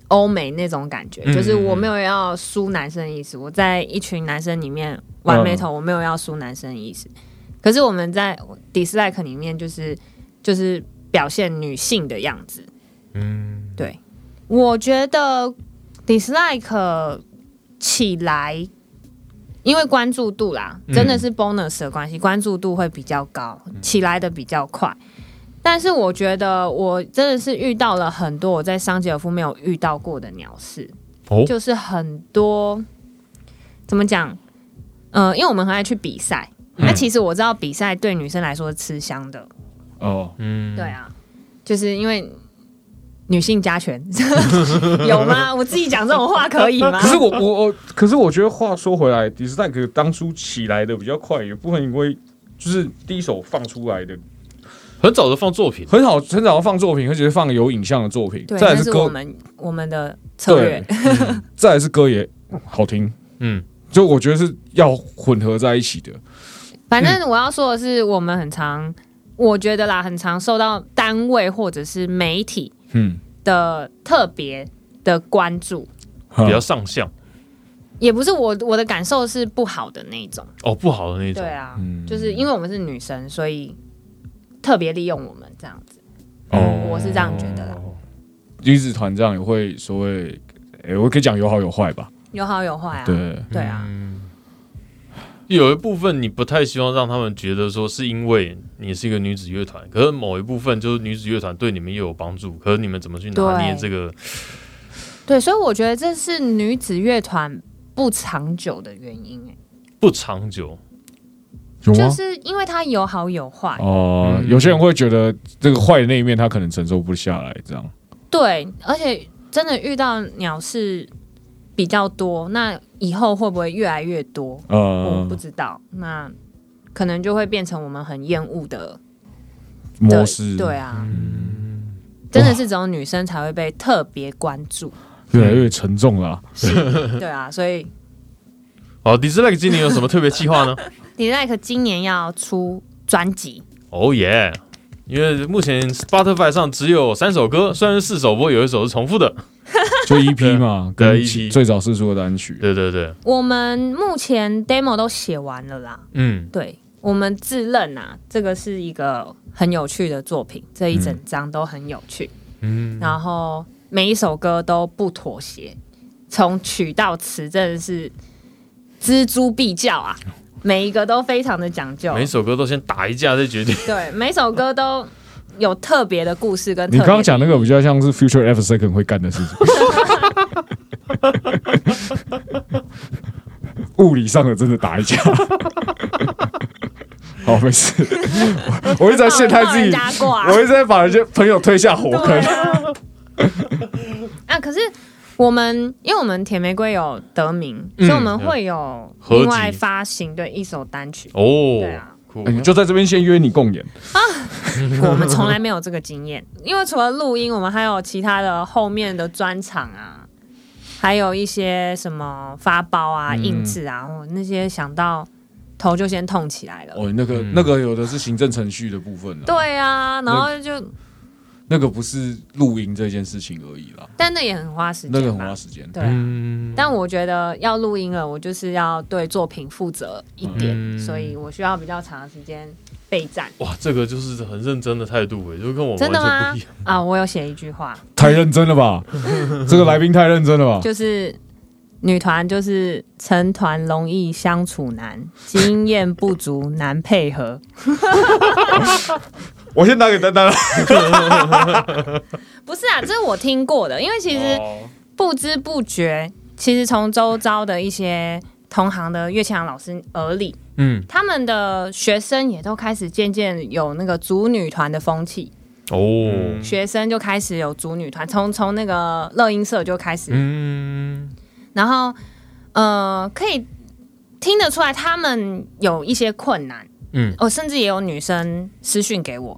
Speaker 4: 欧美那种感觉，
Speaker 2: 嗯
Speaker 4: 就是我没有要输男生的意思，我在一群男生里面玩
Speaker 3: 嗯
Speaker 4: metal，、我没有要输男生的意思。可是我们在 dislike 里面就是就是表现女性的样子，
Speaker 2: 嗯，
Speaker 4: 对，我觉得 dislike 起来，因为关注度啦，
Speaker 2: 嗯
Speaker 4: 真的是 bonus 的关系，关注度会比较高，起来的比较快。但是我觉得我真的是遇到了很多我在桑吉尔夫没有遇到过的鸟事，
Speaker 2: 哦
Speaker 4: 就是很多怎么讲？呃，因为我们很爱去比赛，
Speaker 3: 嗯
Speaker 4: 那其实我知道比赛对女生来说是吃香的，
Speaker 3: 哦，
Speaker 2: 嗯，
Speaker 4: 对啊，就是因为女性加权 有吗？我自己讲这种话可以吗
Speaker 3: 可？是我我我，可是我觉得话说回来，迪斯泰克当初起来的比较快，有部分因为就是第一手放出来的
Speaker 2: 很早就放作品，
Speaker 3: 很好，很早放作品，而且是放有影像的作品，
Speaker 4: 对，
Speaker 3: 再来
Speaker 4: 那是我
Speaker 3: 歌，
Speaker 4: 们我们的策略
Speaker 3: 对。，再来是歌也好听，
Speaker 2: 嗯，
Speaker 3: 就我觉得是要混合在一起的。
Speaker 4: 反正我要说的是，我们很常，我觉得啦，很常受到单位或者是媒体
Speaker 3: 嗯，
Speaker 4: 的特别的关注。
Speaker 2: 比
Speaker 3: 比
Speaker 2: 较上相，
Speaker 4: 也不是我我的感受是不好的那一种。
Speaker 2: 哦，不好的那种
Speaker 4: 对。啊，
Speaker 3: 嗯
Speaker 4: 就是因为我们是女生，所以特别利用我们这样子。
Speaker 2: 哦
Speaker 4: 我是这样觉得啦
Speaker 3: 女子团这样也会所谓，诶我可以讲有好有坏吧？
Speaker 4: 有好有坏啊。
Speaker 3: 对，
Speaker 4: 对啊，
Speaker 2: 嗯有一部分你不太希望让他们觉得说是因为你是一个女子乐团，可是某一部分就是女子乐团对你们也有帮助，可是你们怎么去拿捏
Speaker 4: 对
Speaker 2: 这个？
Speaker 4: 对，所以我觉得这是女子乐团不长久的原因、欸，
Speaker 2: 不长久，
Speaker 3: 有
Speaker 4: 就
Speaker 3: 吗？
Speaker 4: 是因为它有好有坏。
Speaker 3: 哦、
Speaker 2: 嗯
Speaker 3: 有些人会觉得这个坏的那一面他可能承受不下来，这样。
Speaker 4: 对，而且真的遇到鸟是比较多，那以后会不会越来越多？我
Speaker 3: 呃
Speaker 4: 不，知道，那可能就会变成我们很厌恶的的
Speaker 3: 模式
Speaker 4: 对啊，真的是只有女生才会被特别关注。
Speaker 3: 越来越沉重 了、
Speaker 4: 对啊，所以
Speaker 2: 哦，Dislike 今年有什么特别计 划呢？
Speaker 4: 李奈克今年要出专辑，
Speaker 2: 哦耶！因为目前 Spotify 上只有三首歌，虽然是四首，不过有一首是重复的。
Speaker 3: 就 EP 嘛，
Speaker 2: 对
Speaker 3: 跟
Speaker 2: 对 EP
Speaker 3: 最早试出的单曲。
Speaker 2: 对对对，
Speaker 4: 我们目前 demo 都写完了啦。
Speaker 2: 嗯，
Speaker 4: 对我们自认啊，这个是一个很有趣的作品，这一整张都很有趣。嗯，然后每一首歌都不妥协，从曲到词真的是锱铢必较啊，每一个都非常的讲究。
Speaker 2: 每首歌都先打一架再决 定。
Speaker 4: 对，每首歌都有特别的故事跟特
Speaker 3: 你
Speaker 4: 别的
Speaker 3: 刚刚讲那个比较像是 Future F Second 会干的事情， 物理上的真的打一架。 好，没事，我我一直在陷害自己
Speaker 4: 爆人，家挂
Speaker 3: 我 一直在把人家朋友推下火
Speaker 4: 对
Speaker 3: 坑。
Speaker 4: 啊。啊，可是我们因为我们甜玫瑰有得名，
Speaker 2: 嗯
Speaker 4: 所以我们会
Speaker 3: 嗯
Speaker 4: 有
Speaker 2: 合集
Speaker 4: 另外发行对一首单曲。
Speaker 2: 哦
Speaker 4: 对啊，
Speaker 2: 酷
Speaker 3: 哎，你就在这边先约你共演，
Speaker 4: 我们从来没有这个经验， 因为除了录音，我们还有其他的后面的专场啊，还有一些什么发包啊、
Speaker 2: 嗯
Speaker 4: 印制啊，我那些想到头就先痛起来了。
Speaker 3: 哦，那个
Speaker 2: 嗯
Speaker 3: 那个有的是行政程序的部分啦，
Speaker 4: 对啊，然后就
Speaker 3: 那个不是录音这件事情而已啦，
Speaker 4: 但那也很花时间吧，
Speaker 3: 那个很花时间。
Speaker 4: 对啊。
Speaker 2: 嗯
Speaker 4: 但我觉得要录音了，我就是要对作品负责一点，
Speaker 2: 嗯
Speaker 4: 所以我需要比较长的时间备战
Speaker 2: 哇，这个就是很认真的态度诶，就跟我完全
Speaker 4: 真的吗
Speaker 2: 不一样。
Speaker 4: 啊。我有写一句话，
Speaker 3: 太认真了吧？这个来宾太认真了吧？
Speaker 4: 就是女团就是成团容易相处难，经验不足难配合。
Speaker 3: 我先打给丹丹了。
Speaker 4: 不是啊，这是我听过的，因为其实
Speaker 2: 哦
Speaker 4: 不知不觉，其实从周遭的一些同行的乐器行老师耳里，
Speaker 2: 嗯，
Speaker 4: 他们的学生也都开始渐渐有那个组女团的风气。
Speaker 2: 哦，
Speaker 4: 学生就开始有组女团，从从那个乐音社就开始，
Speaker 2: 嗯，
Speaker 4: 然后呃，可以听得出来他们有一些困难，
Speaker 2: 嗯，
Speaker 4: 哦，甚至也有女生私讯给我，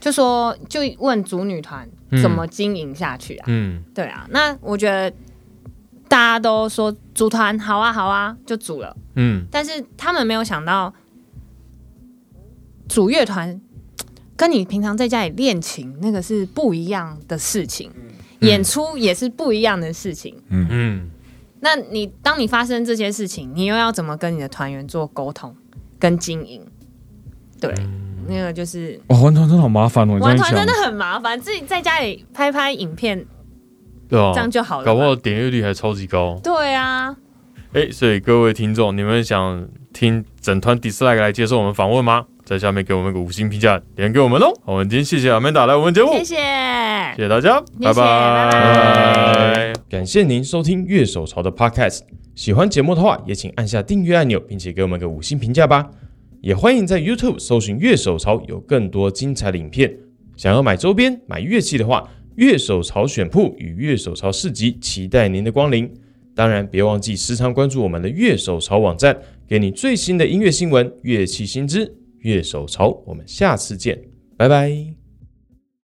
Speaker 4: 就说就问组女团
Speaker 2: 嗯
Speaker 4: 怎么经营下去啊？
Speaker 2: 嗯，
Speaker 4: 对啊，那我觉得大家都说组团好啊好啊就组了，
Speaker 2: 嗯，
Speaker 4: 但是他们没有想到组乐团跟你平常在家里练琴那个是不一样的事情，演出也是不一样的事情。
Speaker 2: 嗯，
Speaker 4: 那你当你发生这些事情，你又要怎么跟你的团员做沟通跟经营？对，
Speaker 2: 嗯
Speaker 4: 那个就是
Speaker 3: 哇，玩团真的好麻烦哦！你这
Speaker 4: 玩
Speaker 3: 样
Speaker 4: 团
Speaker 3: 讲
Speaker 4: 真的，很麻烦，自己在家里拍拍影片
Speaker 2: 对啊
Speaker 4: 这，样就好了吧。
Speaker 2: 搞不好点阅率还超级高。
Speaker 4: 对啊，
Speaker 2: 哎，所以各位听众，你们想听整团 dislike 来接受我们访问吗？在下面给我们个五星评价，点给我们喽。哦好我们今天谢谢阿曼达来我们节目，
Speaker 4: 谢谢
Speaker 2: 谢。谢大家，
Speaker 4: 谢
Speaker 2: 拜
Speaker 4: 谢拜
Speaker 2: 拜
Speaker 1: 感谢您收听乐手潮的 Podcast。喜欢节目的话，也请按下订阅按钮，并且给我们个五星评价吧。也欢迎在 YouTube 搜寻“乐手潮”，有更多精彩的影片。想要买周边、买乐器的话，乐手潮选铺与乐手潮市集期待您的光临。当然，别忘记时常关注我们的乐手潮网站，给你最新的音乐新闻、乐器新知。乐手潮，我们下次见，拜拜。